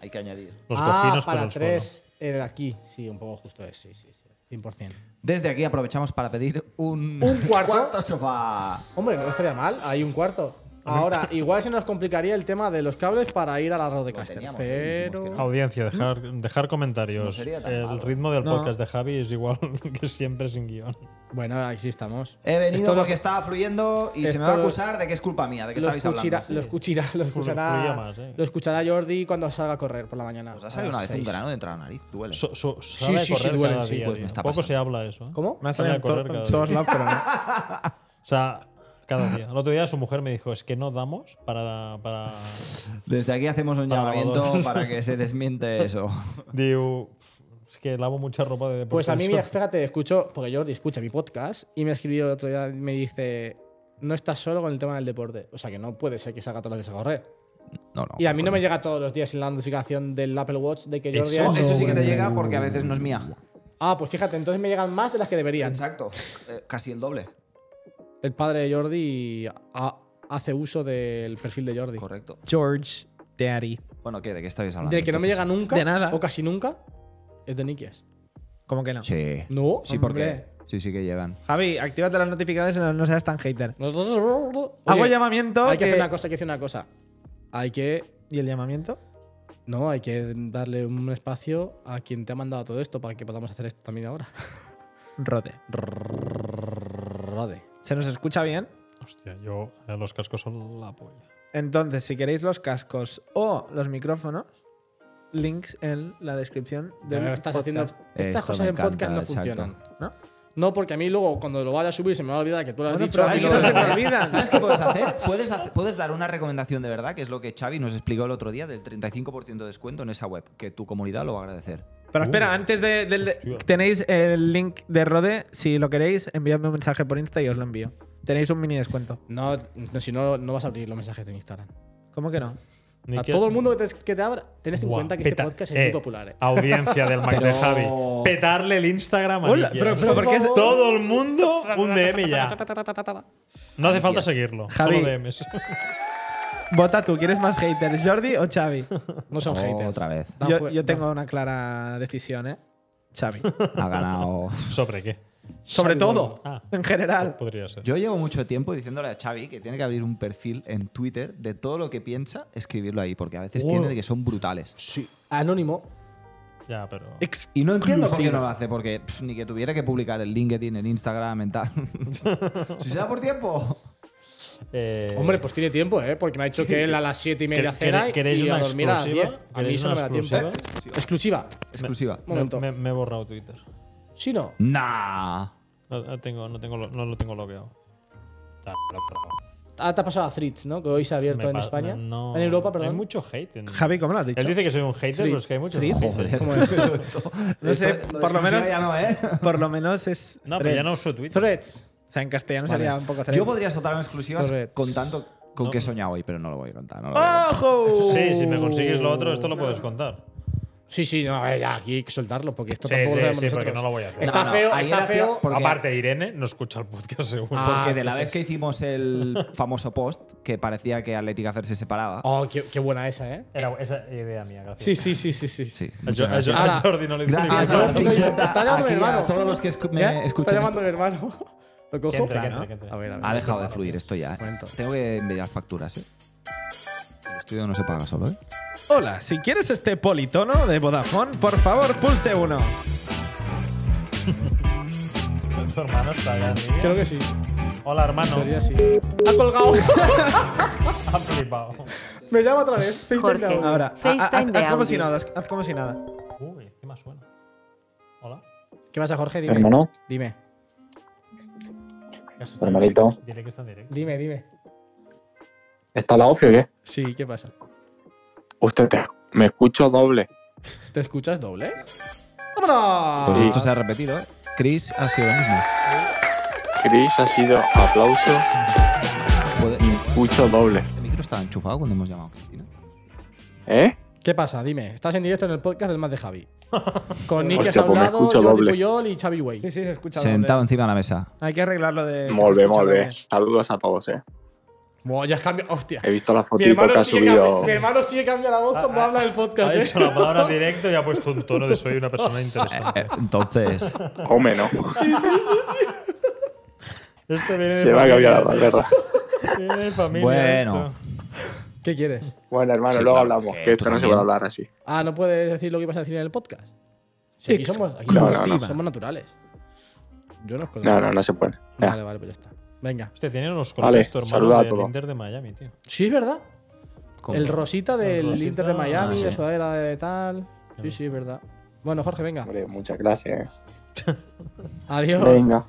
S8: hay que añadir.
S2: Los
S1: ah,
S2: cojinos por
S1: para
S2: el suelo.
S1: tres. eh, aquí, sí, un poco justo es. Sí, sí, sí. 100%.
S8: Desde aquí aprovechamos para pedir un.
S1: ¿Un cuarto?
S8: sofá.
S1: Hombre, no estaría mal. Hay un cuarto. Ahora, igual se nos complicaría el tema de los cables para ir a la Rodecaster.
S8: teníamos, eh, dijimos
S1: pero.
S8: que no.
S2: Audiencia, dejar, dejar comentarios.
S8: No sería tan
S2: el
S8: malo.
S2: ritmo del
S3: No.
S2: podcast de Javi es igual que siempre sin guión.
S1: Bueno, aquí sí estamos.
S8: He venido
S1: Esto lo-
S8: porque estaba fluyendo y se
S1: esto
S8: me va a
S1: lo-
S8: acusar de que es culpa mía, de que
S1: lo
S8: estabais
S1: escuchará,
S8: hablando.
S1: lo escuchará, lo
S2: fluye
S1: escuchará,
S2: más, eh.
S1: lo escuchará Jordi cuando salga a correr por la mañana.
S8: Os Pues ha salido
S1: a
S8: una
S1: las
S8: vez un
S1: seis.
S8: grano dentro de la nariz. Duele.
S2: So- so-
S1: Sí,
S2: sale a
S1: sí, sí,
S2: correr
S1: duelen,
S2: cada
S1: sí.
S2: día,
S8: Pues me
S2: tío.
S8: está
S2: Poco
S8: pasando.
S2: se habla eso. ¿eh?
S1: ¿Cómo?
S3: Me ha
S2: Sale
S3: salido
S2: a
S3: en,
S2: correr
S3: to-
S2: cada
S3: en
S2: día.
S3: todos lados, pero no.
S2: O sea, cada día. El otro día su mujer me dijo, es que no damos para... para...
S8: Desde aquí hacemos un
S2: Para
S8: llamamiento
S2: lavadoras.
S8: para que se desmiente eso.
S2: Digo, es que lavo mucha ropa de deporte.
S1: Pues a mí,
S2: me
S1: mira, fíjate, escucho, porque Jordi escucha mi podcast y me escribió el otro día y me dice, no estás solo con el tema del deporte. O sea que no puede ser que salga todos los días a correr.
S8: No, no.
S1: Y a mí no me llega todos los días la notificación del Apple Watch de que Jordi ha
S8: Eso,
S1: hecho
S8: eso sí que te
S1: un-
S8: llega porque a veces no es mía.
S1: Ah, pues fíjate, entonces me llegan más de las que deberían.
S8: Exacto. Eh, Casi el doble.
S1: El padre de Jordi ha- hace uso del perfil de Jordi.
S8: Correcto.
S3: George Daddy.
S8: Bueno, ¿qué? ¿De qué estáis hablando?
S1: Del que no me llega
S8: entonces?
S1: nunca,
S3: De nada.
S1: o casi nunca, es de Nikias.
S3: ¿Cómo que no?
S8: Sí.
S1: No.
S8: Sí, porque. Sí, sí que llegan.
S3: Javi, actívate las notificaciones y no, no seas tan hater. Hago
S1: Oye,
S3: llamamiento.
S1: Hay que
S3: que-
S1: hacer una cosa, hay que hacer una cosa. Hay que.
S3: ¿Y el llamamiento?
S1: No, hay que darle un espacio a quien te ha mandado todo esto para que podamos hacer esto también ahora.
S3: Rode.
S1: Rode.
S3: ¿Se nos escucha bien?
S2: Hostia, yo... eh, Los cascos son la polla.
S3: Entonces, si queréis los cascos o los micrófonos, links en la descripción del
S1: Ya estás
S3: podcast.
S1: haciendo. Estas
S8: Esto
S1: cosas
S8: me
S1: en
S8: encanta,
S1: podcast no
S8: exacto.
S1: funcionan.
S3: ¿No?
S1: No, porque a mí luego cuando lo vaya a subir se me va a olvidar que tú lo has
S3: Bueno,
S1: dicho.
S3: pero
S1: a mí
S3: es que
S1: luego-
S3: no se me olvidan.
S8: ¿Sabes qué puedes hacer? Puedes, hacer- puedes dar una recomendación de verdad, que es lo que Xavi nos explicó el otro día, del 35% de descuento en esa web, que tu comunidad lo va a agradecer.
S3: Pero espera, antes de, del- de-
S2: Hostia.
S3: Tenéis el link de Rode. Si lo queréis, enviadme un mensaje por Insta y os lo envío. Tenéis un mini descuento.
S1: No, no, si no, no vas a abrir los mensajes de Instagram.
S3: ¿Cómo que no?
S2: Ni
S1: a
S2: que-
S1: todo el mundo que te, que te abra, tenés en
S2: Buah,
S1: cuenta que
S2: peta-
S1: este podcast es
S2: eh,
S1: muy popular. eh.
S2: Audiencia del Mac de
S8: Pero-
S2: Javi. Petarle el Instagram a
S3: Hola,
S2: Nikias.
S3: pero- pero ¿por qué es-
S2: Todo el mundo un DM ya. No hace falta
S8: Nikias.
S2: seguirlo.
S3: Javi.
S2: Solo DMs.
S3: Vota tú, ¿quieres más haters, Jordi o Xavi?
S1: No son haters.
S8: Otra vez.
S1: Dan
S3: Yo,
S1: jue-
S3: yo tengo una clara decisión, ¿eh? Xavi.
S8: Ha ganado.
S2: ¿Sobre qué?
S3: Sobre
S1: Xavi
S3: todo,
S2: Ah.
S3: en general.
S2: Podría ser.
S8: Yo llevo mucho tiempo diciéndole a Xavi que tiene que abrir un perfil en Twitter de todo lo que piensa, escribirlo ahí, porque a veces
S1: Wow.
S8: tiene de que son brutales.
S1: Sí. Anónimo.
S2: Ya, pero...
S1: Eh,
S8: Y no entiendo por qué no lo hace, porque pff, ni que tuviera que publicar el LinkedIn, el Instagram, en tal. si se da por tiempo.
S2: eh,
S1: Hombre, pues tiene tiempo, ¿eh? Porque me ha dicho que él a las 7 y media
S2: ¿Quere-
S1: cena y
S2: queréis
S1: a
S2: una
S1: dormir a las
S2: exclusiva?
S1: 10. A mí
S2: ¿Queréis
S1: eso no me
S2: una
S1: da tiempo. ¿eh?
S8: exclusiva?
S1: Exclusiva.
S8: Exclusiva.
S2: me-
S1: Momento.
S2: me- me he borrado Twitter.
S1: Sí, no.
S8: Nah.
S2: No, no tengo, no, tengo, lo- no lo tengo logueado. Ah, pero- pero-
S1: Ah, te ha pasado a Threads, ¿no? Que hoy se ha abierto
S2: me
S1: en
S2: pa-
S1: España.
S2: no-
S1: en Europa,
S2: Hay
S1: perdón.
S2: mucho hate. en-
S3: Javi, ¿cómo lo has dicho?
S2: Él dice que soy un hater, pero es que hay mucho
S3: Threads.
S2: hate.
S8: Joder.
S3: No sé,
S8: Esto-
S3: por lo menos.
S8: exclusiva ya no, ¿eh?
S3: Por lo menos es.
S2: No, pero ya
S3: threads.
S2: no uso Twitter.
S1: Threads.
S3: O sea, en castellano
S1: Vale.
S3: sería un poco
S8: Yo
S3: threads.
S8: podría soltar unas exclusivas
S1: Correcto.
S8: con tanto con que he soñado hoy, pero no lo voy a contar. no lo voy
S1: Ah.
S8: a contar.
S1: ¡Ojo!
S2: Sí, si me consigues lo otro, esto lo puedes contar.
S1: Sí, sí, no, a ver, aquí hay que soltarlo porque esto
S2: Sí,
S1: tampoco lo
S2: sí,
S1: sabemos
S2: sí, porque
S1: nosotros.
S2: no lo voy a hacer.
S1: Está
S8: No, no,
S1: feo,
S8: ayer
S1: está
S8: hacía-
S1: feo.
S8: porque-
S2: Aparte, Irene no escucha el podcast seguro.
S1: Ah,
S8: Porque de la vez
S1: entonces-
S8: que hicimos el famoso post, que parecía que Atlética Fer se separaba.
S1: Oh, qué, qué buena esa, ¿eh?
S2: Era esa idea mía, gracias.
S1: Sí, sí, sí, sí. sí.
S8: Sí.
S2: A, Jo-
S8: muchas
S2: a
S8: gracias.
S2: Jo- a
S1: Ahora-
S2: Jordi no le dice
S8: Gracias,
S1: Jordi.
S8: Martín.
S1: Está llamando
S8: Aquí
S1: mi hermano.
S8: A todos los que escu- me
S3: ¿Eh?
S8: escuchan.
S1: Está llamando
S8: esto.
S1: mi hermano. ¿Lo cojo?
S2: Que entre, que
S1: Claro.
S2: entre, que entre.
S1: A ver, a ver.
S8: Ha dejado de fluir esto ya. ¿eh?
S1: Momento.
S8: Tengo que enviar facturas, ¿eh? El estudio no se paga solo, ¿eh?
S3: Hola, si quieres este politono de Vodafone, por favor, pulse uno.
S2: Tu hermano está allá arriba.
S1: Creo que sí.
S2: Hola, hermano.
S1: Sería así. ¡Ha colgado!
S2: Ha flipado.
S1: me llama otra vez. FaceTime
S7: Jorge.
S1: de audio.
S3: Ahora, ha- ha- haz,
S7: FaceTime de
S3: haz como
S7: audio.
S3: si nada, haz, haz como si nada.
S2: Uy, ¿qué más suena? Hola.
S1: ¿Qué pasa, Jorge? Dime.
S7: Hermano,
S1: Dime.
S2: ¿Qué has estado?
S7: Hermanito.
S2: Dile que está en directo.
S1: Dime, dime.
S7: ¿está la ofi o qué?
S1: Sí, ¿qué pasa?
S9: Hostia, ¿eh? te- me escucho doble.
S1: ¿Te escuchas doble? ¡Vámonos!
S8: Pues esto se ha repetido, ¿eh? Chris ha sido lo mismo.
S9: Chris ha sido aplauso
S8: Puede-
S9: y escucho doble.
S8: ¿El micro estaba enchufado cuando hemos llamado a Cristina?
S9: ¿Eh?
S1: ¿Qué pasa? Dime. Estás en directo en el podcast del más de Javi. Con Nick
S9: Hostia,
S1: a un
S9: pues me
S1: lado,
S9: escucho
S1: Jordi
S9: doble.
S1: Puyol y Xavi Way.
S3: Sí, sí, se escucha. doble.
S8: Sentado encima de la mesa.
S3: Hay que arreglarlo de. que se
S9: Molve,
S3: escucha
S9: molve.
S3: doble.
S9: Saludos a todos, eh.
S1: Buah, ya has cambiado. Hostia.
S9: He visto la
S1: Mi
S9: fotito
S1: hermano,
S9: que ha
S1: sigue cambi-
S9: subido.
S1: mi hermano sigue cambiando la voz cuando habla del podcast,
S2: Ha
S1: ¿eh?
S2: dicho la palabra directo y ha puesto un tono de soy una persona
S8: Eh,
S2: interesante.
S8: Entonces,
S9: Hombre, ¿no?
S2: Esto Este viene de
S9: Se va a
S2: familia,
S9: cambiar la barrera.
S2: tío. Viene de familia.
S8: Bueno.
S2: esto.
S1: ¿Qué quieres?
S9: Bueno, hermano,
S8: Sí,
S9: luego
S8: claro,
S9: hablamos.
S8: que
S9: Que
S8: tú
S9: esto no se
S8: también.
S9: puede hablar así.
S1: Ah, ¿no puedes decir lo que ibas a decir en el podcast? Sí, aquí somos, aquí
S9: No,
S1: somos,
S9: no, no.
S1: somos naturales. Yo no os conozco.
S9: No, no, no se puede. Ya.
S1: Vale, vale, pues ya está. Venga.
S2: Hostia, tiene los
S9: Vale,
S2: colores tu hermano
S9: saluda a
S2: del
S9: todos.
S2: Inter de Miami, tío.
S1: Sí, es verdad.
S8: ¿cómo?
S1: El Rosita del
S2: Rosita,
S1: Inter de Miami,
S8: ah, sí.
S1: la sudadera de tal. Sí, sí, es verdad. Bueno, Jorge, venga.
S9: Hombre, muchas gracias. eh.
S1: Adiós.
S9: Venga,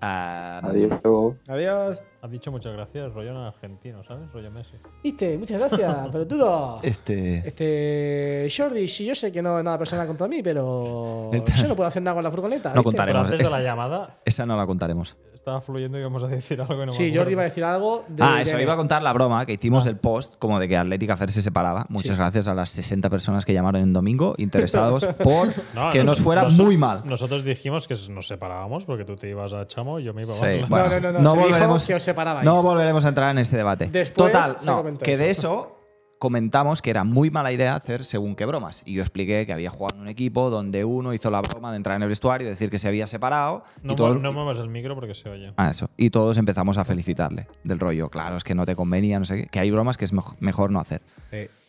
S8: Ah,
S9: adiós.
S3: Adiós.
S2: Has dicho muchas gracias, rollo en argentino, ¿sabes? Rollo Messi.
S1: Viste, muchas gracias, pelotudo.
S8: Este.
S1: Este. Jordi, sí, yo sé que no es nada personal contra mí, pero. Yo no puedo hacer nada con la furgoneta.
S8: No
S1: ¿viste?
S8: contaré.
S2: Pero
S8: Haremos
S2: antes de
S1: este.
S2: la
S8: esa.
S2: llamada
S8: Esa no la contaremos.
S2: estaba fluyendo y íbamos a decir algo que no me
S1: Sí,
S2: acuerdo.
S1: Jordi iba a decir algo. De Ah.
S8: Ah, eso, iba a contar la broma que hicimos el post como de que Atlética Fer se separaba. Muchas
S1: Sí.
S8: gracias a las 60 personas que llamaron en domingo, interesados por
S2: No,
S8: que nos
S2: noso-
S8: fuera
S2: noso-
S8: muy mal.
S2: Nosotros dijimos que nos separábamos porque tú te ibas a Chamo y yo me iba a
S8: Sí,
S2: Barcelona.
S8: bueno,
S1: no, no, no, se dijo que os separabais.
S8: no volveremos a entrar en ese debate.
S1: Después
S8: Total,
S1: se
S8: no,
S1: comentó
S8: que
S1: eso.
S8: de eso comentamos que era muy mala idea hacer según qué bromas. Y yo expliqué que había jugado en un equipo donde uno hizo la broma de entrar en el vestuario, decir que se había separado.
S2: No,
S8: y todo,
S2: mu- no muevas el micro porque se oye.
S8: Ah, eso. Y todos empezamos a felicitarle del rollo. Claro, es que no te convenía, no sé qué. Que hay bromas que es mej- mejor no hacer.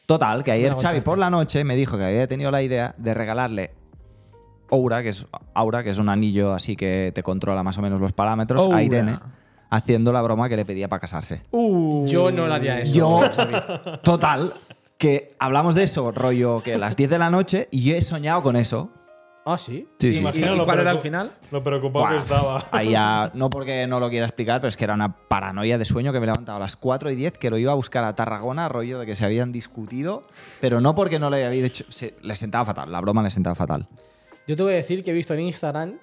S8: Total, que ayer Xavi por la noche me dijo que había tenido la idea de regalarle Aura, que es, Aura, que es un anillo así que te controla más o menos los parámetros, a Irene, haciendo la broma que le pedía para casarse.
S1: Uh. Yo no la haría eso.
S8: Yo, total, que hablamos de eso, rollo que a las 10 de la noche y yo he soñado con eso.
S1: Ah, sí.
S8: Sí,
S3: ¿Y,
S8: sí.
S2: Imagina
S3: y
S2: lo
S3: cuál era el
S2: preocup-
S3: final?
S2: Lo preocupado que
S8: Buah,
S2: estaba.
S8: ahí ya- no porque no lo quiera explicar, pero es que era una paranoia de sueño que me levantaba a las 4 y 10, que lo iba a buscar a Tarragona, rollo de que se habían discutido, pero no porque no le había dicho. se- le sentaba fatal, la broma le sentaba fatal.
S1: Yo tengo que decir que he visto en Instagram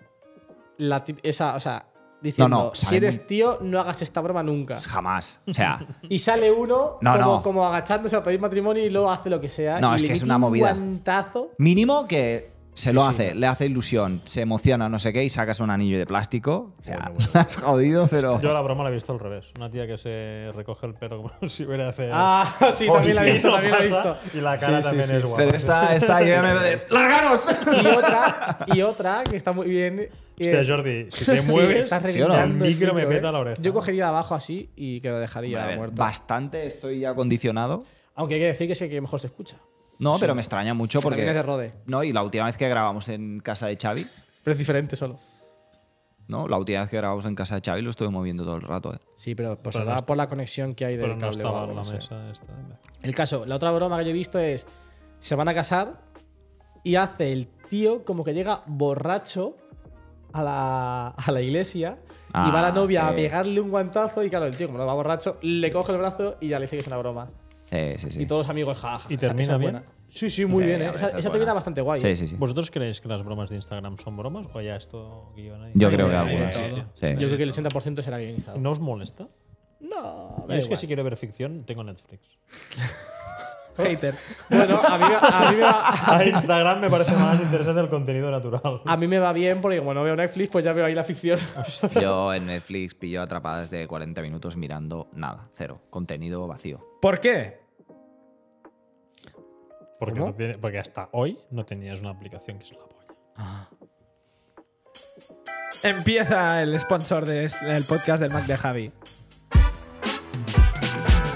S1: la tip- esa, o sea, diciendo,
S8: No, no,
S1: si
S8: sale
S1: eres
S8: muy-
S1: tío, no hagas esta broma nunca.
S8: Pues Jamás. O sea,
S1: Y sale uno
S8: No,
S1: como,
S8: no.
S1: como agachándose a pedir matrimonio y luego hace lo que sea.
S8: No,
S1: y
S8: es
S1: le
S8: que es
S1: mete
S8: una movida.
S1: Un guantazo.
S8: mínimo que se lo
S1: Sí, sí.
S8: hace, le hace ilusión, se emociona, no sé qué, y sacas un anillo de plástico. O sea, has jodido, pero.
S2: Yo la broma la he visto al revés. Una tía que se recoge el pelo como si hubiera hacer.
S1: Ah, sí, también la he
S2: Y
S1: visto,
S2: no
S1: también la he
S2: pasa,
S1: visto.
S2: Y la cara
S3: Sí, sí,
S2: también
S3: sí.
S2: es guapa.
S8: Pero esta, esta yo ya me ¡Largaros!
S1: Y otra, y otra que está muy bien.
S2: Hostia,
S1: es-
S2: Jordi, si te
S1: Sí,
S2: mueves,
S1: estás
S8: ¿sí o no?
S1: reguindando
S2: el micro me
S1: micro, ¿eh?
S2: peta la oreja.
S1: Yo cogería de abajo así y que lo dejaría
S8: A ver,
S1: muerto.
S8: Bastante estoy ya condicionado.
S1: Aunque hay que decir que sí que mejor se escucha.
S8: No, pero me extraña mucho
S1: También es de
S8: porque.
S1: rode.
S8: No, y la última vez que grabamos en casa de Xavi,
S1: Pero es diferente solo.
S8: no, la última vez que grabamos en casa de Xavi lo estuve moviendo todo el rato. eh.
S1: Sí, pero pues será
S2: Pero no está-
S1: por la conexión que hay del
S2: Pero no
S1: cable. o
S2: estaba
S1: algo,
S2: en la
S1: no sé.
S2: mesa esta.
S1: El caso, la otra broma que yo he visto es: se van a casar y hace el tío como que llega borracho a la, a la iglesia
S8: Ah,
S1: y va la novia a
S8: sí.
S1: pegarle un guantazo. Y claro, el tío, como no va borracho, le coge el brazo y ya le dice que es una broma.
S8: Sí, sí, sí.
S1: Y todos los amigos, jaja.
S2: ¿Y termina bien?
S1: Sí, sí, muy
S8: Sí,
S1: bien. ¿eh?
S8: a ver,
S1: Esa,
S8: esa es
S1: esa termina
S8: buena.
S1: bastante guay. ¿eh?
S8: Sí, sí, sí.
S2: ¿Vosotros creéis que las bromas de Instagram son bromas o ya esto guion ahí?
S8: Yo creo que
S3: Hay de
S8: algunas.
S3: todo.
S8: Sí.
S1: Yo creo que el 80% será guionizado.
S2: ¿No os molesta?
S1: No,
S2: Yo es que si quiero ver ficción, tengo Netflix.
S3: Hater.
S1: Bueno, a mí, me- a mí me va,
S2: A Instagram me parece más interesante el contenido natural.
S1: a mí me va bien porque como no veo Netflix, pues ya veo ahí la ficción.
S8: Yo en Netflix pillo atrapadas de 40 minutos mirando nada, cero. Contenido vacío.
S3: ¿Por qué?
S2: Porque,
S1: ¿Cómo?
S2: no tiene- porque hasta hoy no tenías una aplicación que es la polla.
S3: Empieza el sponsor este, del podcast del Mac de Javi.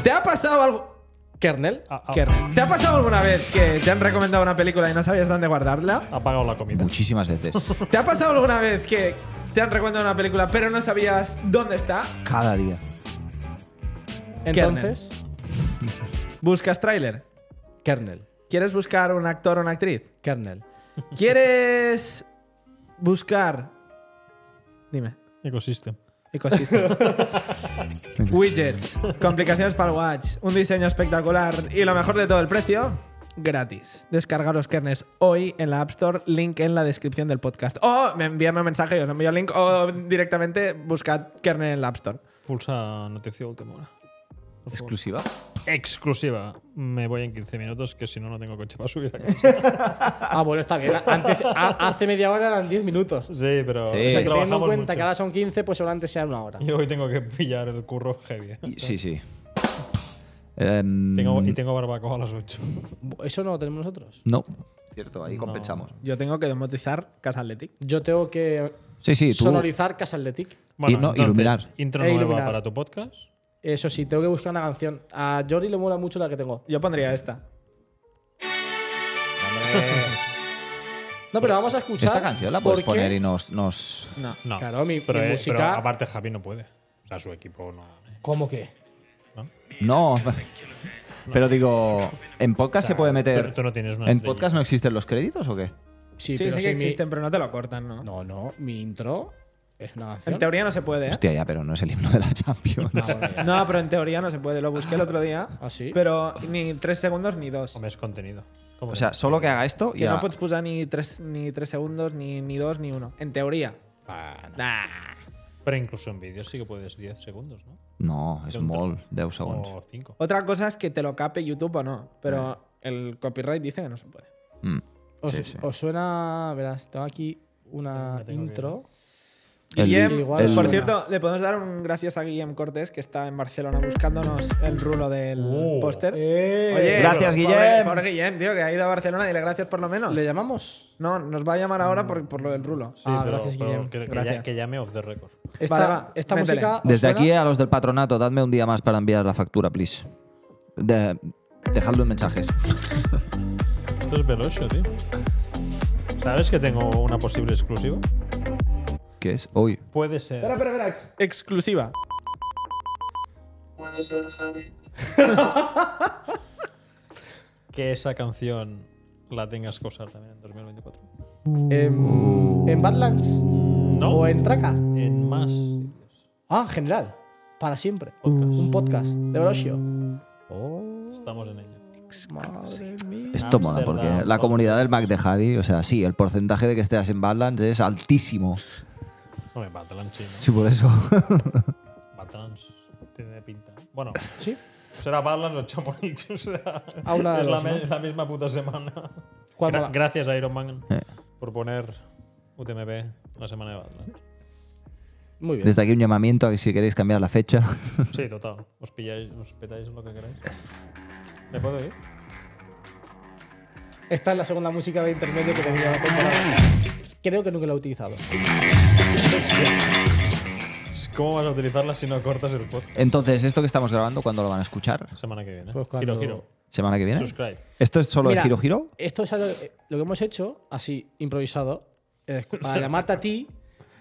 S3: ¿Te ha pasado algo?
S1: Kernel.
S2: Ah, ah,
S3: ¿Qué? ¿Te ha pasado alguna vez que te han recomendado una película y no sabías dónde guardarla?
S2: Ha pagado la comida.
S8: Muchísimas veces.
S3: ¿Te ha pasado alguna vez que te han recomendado una película pero no sabías dónde está?
S8: Cada día.
S1: Entonces,
S3: ¿Buscas tráiler?
S1: Kernel.
S3: ¿Quieres buscar un actor o una actriz?
S1: Kernel.
S3: ¿Quieres buscar? Dime.
S2: Ecosystem.
S3: Ecosistema. Widgets, complicaciones para el watch, un diseño espectacular y lo mejor de todo el precio. gratis. Descargaros kernes hoy en la App Store, link en la descripción del podcast. O me envíame un mensaje, os envío el link, o directamente buscad kernes en la App Store.
S2: Pulsa noticia última hora. Por favor.
S8: ¿Exclusiva?
S2: Exclusiva. Me voy en 15 minutos, que si no, no tengo coche para subir. aquí.
S1: Ah, bueno, está bien. Antes, a- hace media hora eran 10 minutos.
S2: sí, pero es que
S8: Sí. O sea,
S1: Teniendo en
S2: trabajamos
S1: cuenta
S2: mucho.
S1: que ahora son 15, pues seguramente sea una hora.
S2: Y hoy tengo que pillar el curro heavy. ¿eh?
S8: Y- Sí, sí. Em,
S2: Tengo, y tengo barbacoa a las 8.
S1: Eso no lo tenemos nosotros.
S8: No. Cierto, ahí compensamos.
S3: Yo tengo que demotizar Casa Athletic.
S1: Yo tengo que
S8: Sí, sí, tú.
S1: sonorizar Casa Athletic.
S8: Y no, iluminar.
S2: Intro
S1: E
S2: nueva
S1: iluminar.
S2: para tu podcast.
S1: Eso sí, tengo que buscar una canción. A Jordi le mola mucho la que tengo.
S3: Yo pondría esta.
S1: No, pero vamos a escuchar.
S8: Esta canción la puedes
S1: porque-
S8: poner y nos. nos...
S1: No,
S2: No.
S1: Claro, mi,
S2: Pero,
S1: mi
S2: eh,
S1: música.
S2: pero aparte, Javi no puede. O sea, su equipo no.
S1: ¿Cómo que?
S8: No. Pero digo, ¿en podcast se puede meter.
S2: Tú, tú no tienes una
S8: ¿En
S2: estrella.
S8: podcast no existen los créditos o qué?
S1: Sí,
S3: Sí, sí,
S1: pero
S3: que
S1: si mi-
S3: existen, pero no te lo cortan, ¿no?
S1: No, no, mi intro es una canción.
S3: En teoría no se puede, ¿eh?
S8: Hostia, ya, pero no es el himno de la Champions.
S1: Ah, bueno, ya.
S3: No, pero en teoría no se puede. Lo busqué el otro día.
S1: Ah, sí?
S3: Pero ni tres segundos ni dos.
S2: Hombre, es contenido. ¿Cómo
S8: O sea, solo que haga esto y
S3: Que
S8: ya.
S3: no pots posar ni tres, ni tres segundos, ni, ni dos, ni uno. En teoría.
S2: Ah, no.
S3: Nah.
S2: Pero incluso en vídeos sí que puedes 10 segundos, ¿no?
S8: No, es
S2: Era un
S8: molt, 10 segons.
S3: Oh.
S2: O
S1: Ah,
S2: 5.
S3: Otra cosa es que te lo cape YouTube o no. Pero el copyright dice que no se puede.
S8: Mm.
S1: ¿Os,
S8: Sí, sí.
S1: os suena. Verás, tengo aquí una
S2: Me tengo que-
S1: intro.
S8: El-
S3: Guillem,
S1: igual
S8: el-
S3: por
S1: suena.
S3: cierto, le podemos dar un gracias a Guillem Cortés, que está en Barcelona buscándonos el rulo del
S2: Oh.
S3: póster.
S1: Eh.
S3: Eh,
S1: Oye,
S8: Gracias,
S3: pobre-
S8: Guillem.
S3: Pobre Guillem, tío, que ha ido a Barcelona. Dile gracias por lo menos.
S1: ¿le llamamos?
S3: No, nos va a llamar ahora por, por lo del rulo.
S2: Sí,
S1: Ah,
S2: pero-
S1: gracias,
S2: pero
S1: Guillem.
S2: que- que,
S3: Gracias.
S2: ya- que llame off the record.
S1: Esta,
S3: Vale, va,
S1: esta
S3: métele.
S1: música. ¿os
S8: Desde
S1: suena?
S8: aquí a los del patronato, dadme un día más para enviar la factura, please. De, dejadlo en mensajes.
S2: Esto es velocio, tío. ¿Sabes que tengo una posible exclusiva?
S8: ¿Qué es? Hoy.
S2: Puede ser.
S3: Espera, espera, espera. ex- exclusiva.
S7: Puede ser, Javi.
S2: que esa canción la tengas que usar también en 2024.
S1: ¿En, en Badlands?
S2: No,
S1: ¿O en Traca?
S2: en más
S1: Ah, en general. Para siempre.
S2: podcasts.
S1: Un podcast de Velocio. Oh.
S2: Estamos en ello.
S1: Madre mía.
S8: Esto mola,
S2: Ámsterdam,
S8: porque la
S2: Porto.
S8: comunidad del Mac de Javi, o sea, sí, el porcentaje de que estés en Badlands es altísimo.
S2: No me Badlands, sí,
S8: Sí, por eso.
S2: ¿no? Badlands tiene pinta. Bueno,
S1: Sí.
S2: será Badlands o Chamonix. O sea,
S1: A una de
S2: es la,
S1: dos,
S2: me-
S1: ¿no?
S2: la misma puta semana.
S1: ¿Cuál
S2: Gra-
S1: mola?
S2: gracias, Iron Man,
S8: Eh.
S2: por poner UTMB la semana de Badlands.
S1: Muy bien.
S8: Desde aquí un llamamiento a que si queréis cambiar la fecha.
S2: Sí, total. Os pilláis, os petáis lo que queráis. ¿Me puedo ir?
S1: Esta es la segunda música de intermedio que tenía la temporada.
S2: Ah.
S1: Creo que nunca la he utilizado.
S2: ¿Cómo vas a utilizarla si no cortas el podcast?
S8: Entonces, esto que estamos grabando, ¿cuándo lo van a escuchar?
S2: Semana que viene.
S1: Pues cuando- ¿Eh?
S2: Giro, giro.
S8: ¿Semana que viene?
S2: Subscribe.
S8: ¿Esto es solo
S1: Mira,
S8: de Giro Giro?
S1: Esto es algo- eh, lo que hemos hecho, así, improvisado. eh, es Para llamarte a ti,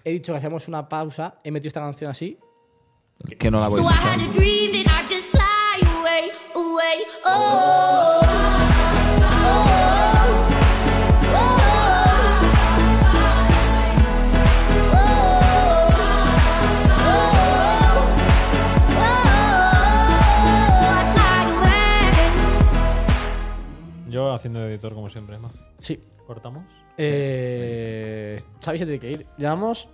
S1: he dicho que hacemos una pausa, he metido esta canción así.
S8: Que no la voy a
S6: So I
S8: escuchar.
S6: had a dream, then I just fly away, away, oh.
S2: Yo haciendo de editor como siempre, Emma.
S1: Sí.
S2: ¿Cortamos?
S1: Eh, Xavi se tiene que ir. Llevamos.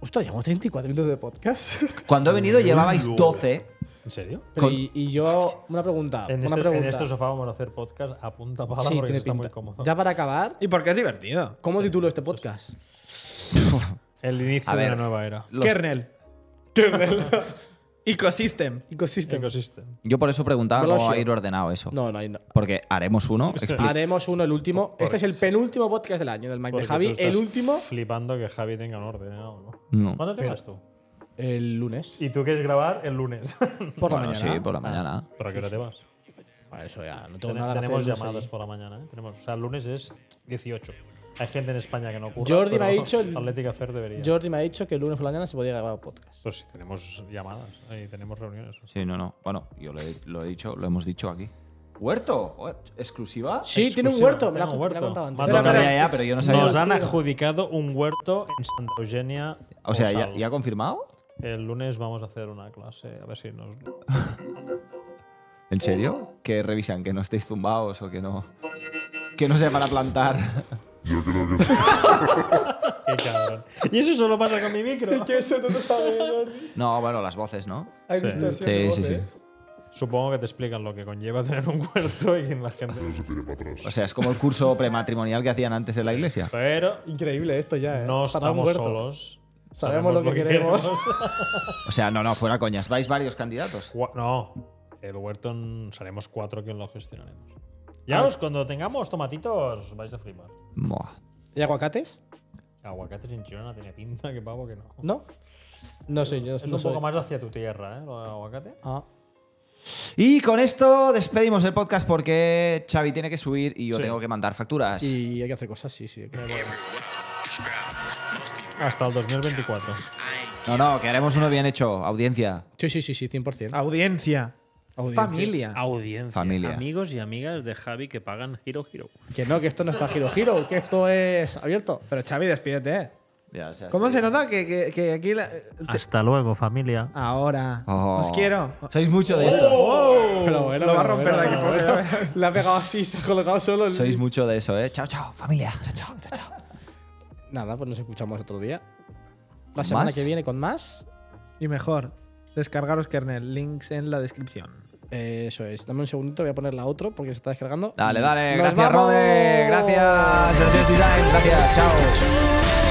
S1: Ostras, llevamos 34 minutos de podcast.
S8: Cuando he venido llevabais 12.
S2: ¿En serio?
S1: Pero
S8: Con-
S1: y, y yo, una pregunta. Ah,
S2: En
S1: una
S2: este, en
S1: pregunta.
S2: este sofá vamos a hacer podcast a punta pala
S1: Sí,
S2: porque
S1: tiene
S2: está muy
S1: pinta.
S2: cómodo.
S1: Ya para acabar,
S3: Y porque es divertido.
S1: ¿cómo titulo este podcast?
S2: El inicio
S8: A
S2: de
S8: ver.
S2: una nueva era.
S8: Los-
S3: Kernel. Kernel. Ecosystem.
S1: Ecosystem.
S2: Ecosystem.
S8: Yo por eso preguntaba cómo
S1: Velocio.
S8: ir ordenado eso.
S1: No, Ah, no, hay- no.
S8: Porque haremos uno. expli-
S1: Haremos uno, el último.
S2: Por-
S1: este es el penúltimo podcast del año del Mac de
S2: Porque tú
S1: Javi.
S2: estás
S1: El último.
S2: Flipando que Javi tenga un orden o no.
S8: No.
S2: ¿Cuándo te vas tú?
S1: El lunes.
S2: Y tú quieres grabar el lunes.
S1: Por la
S8: Bueno,
S1: mañana. Ah.
S8: sí, por la mañana.
S2: ¿Pero a qué hora te vas?
S1: Bueno, eso ya, no tengo
S2: Tene-
S1: nada que
S2: Tenemos
S1: hacer, no sé.
S2: llamadas por la mañana. ¿eh? Tenemos, o sea, el lunes es 18. Hay gente en España que no ocurre.
S1: Jordi me ha dicho el-
S2: Atlética Fair debería.
S1: Jordi me ha dicho que el lunes por la mañana se podía grabar podcast.
S2: Pues sí, tenemos llamadas y tenemos reuniones.
S8: Sí, no, no. Bueno, yo lo he, lo he dicho, lo hemos dicho aquí. ¿Huerto? ¿Huer- ¿Exclusiva?
S1: Sí, tiene un
S2: Exclusiva.
S1: huerto. Me lo ha
S2: Tengo
S1: me lo ha
S2: huerto.
S1: contado
S2: Me ha
S1: antes.
S8: No,
S2: tocado.
S8: pero ya, ya, pero yo no sabía.
S2: Nos han adjudicado un huerto en Santa Eugenia.
S8: o sea, ¿ya,
S2: Osal.
S8: ya ha confirmado?
S2: El lunes vamos a hacer una clase, a ver si nos.
S1: Uh.
S8: ¿En serio? ¿Que revisan? ¿Que no estéis zumbados o que no? que no sea para plantar.
S10: Yo creo que sí.
S2: Qué cabrón. Y eso solo pasa con mi micro.
S1: que eso no lo sabe Jordi.
S8: No, bueno, las voces, ¿no?
S1: Hay
S2: Sí.
S1: distorsión
S8: Sí,
S1: de
S8: sí,
S1: voz,
S8: sí.
S1: ¿eh?
S2: Supongo que te explican lo que conlleva tener un cuarto y que la gente.
S10: No se tire para atrás.
S8: O sea, es como el curso prematrimonial que hacían antes en la iglesia.
S2: Pero
S1: Increíble esto ya, ¿eh?
S2: no
S1: Patada
S2: estamos
S1: muerto.
S2: solos.
S1: Sabemos lo que queremos.
S8: O sea, no, no, fuera coñas. Vais varios candidatos.
S2: Gua- No, el huerto n- seremos cuatro quien lo gestionaremos. Ya
S1: Ah.
S2: os, cuando tengamos tomatitos, vais a flipar.
S8: Buah.
S1: ¿Y aguacates?
S2: Aguacates en China tiene pinta, que pavo que no.
S1: ¿No? No sé, yo
S2: Es
S1: no
S2: un
S1: soy.
S2: poco más hacia tu tierra, ¿eh? Lo de aguacate.
S1: Ah.
S8: Y con esto despedimos el podcast porque Xavi tiene que subir y yo tengo que mandar facturas.
S1: Y hay que hacer cosas, sí, sí. hay que-
S2: Hasta el 2024.
S8: No, no, que haremos uno bien hecho. Audiencia.
S1: Sí, sí, sí, sí, 100%.
S3: Audiencia.
S1: Audiencia. Ah,
S3: Familia.
S2: Audiencia.
S8: Familia.
S2: Amigos y amigas de Javi que pagan Hiro Hiro.
S1: Que no, que esto no es para Giro Giro, que esto es abierto.
S3: Pero Xavi, despídete. ¿eh?
S8: Ya, o sea,
S3: ¿Cómo
S8: sí.
S3: se nota que, que- que aquí... la-
S1: Ah.
S2: Hasta luego, familia.
S3: Ahora.
S8: Oh.
S3: Os quiero.
S8: Sois mucho de esto.
S1: Pero bueno,
S3: Lo va a
S1: pero
S3: romper
S1: bueno,
S3: de aquí,
S1: pero
S3: pobre.
S1: bueno. La ha pegado así, se ha colocado solo. el-
S8: Sois mucho de eso, ¿eh? Chao, chao, familia. Chao, chao,
S1: Nada, pues nos escuchamos otro día. La semana
S8: ¿Más?
S1: que viene con más.
S3: Y mejor, descargaros kernel. Links en la descripción.
S1: Eh, eso es. Dame un segundito, voy a poner la otro porque se está descargando. Mm.
S8: Dale, dale.
S1: Nos
S8: Gracias,
S1: vamos.
S8: Rode. Gracias, Gracias. Chao.
S6: Thank you.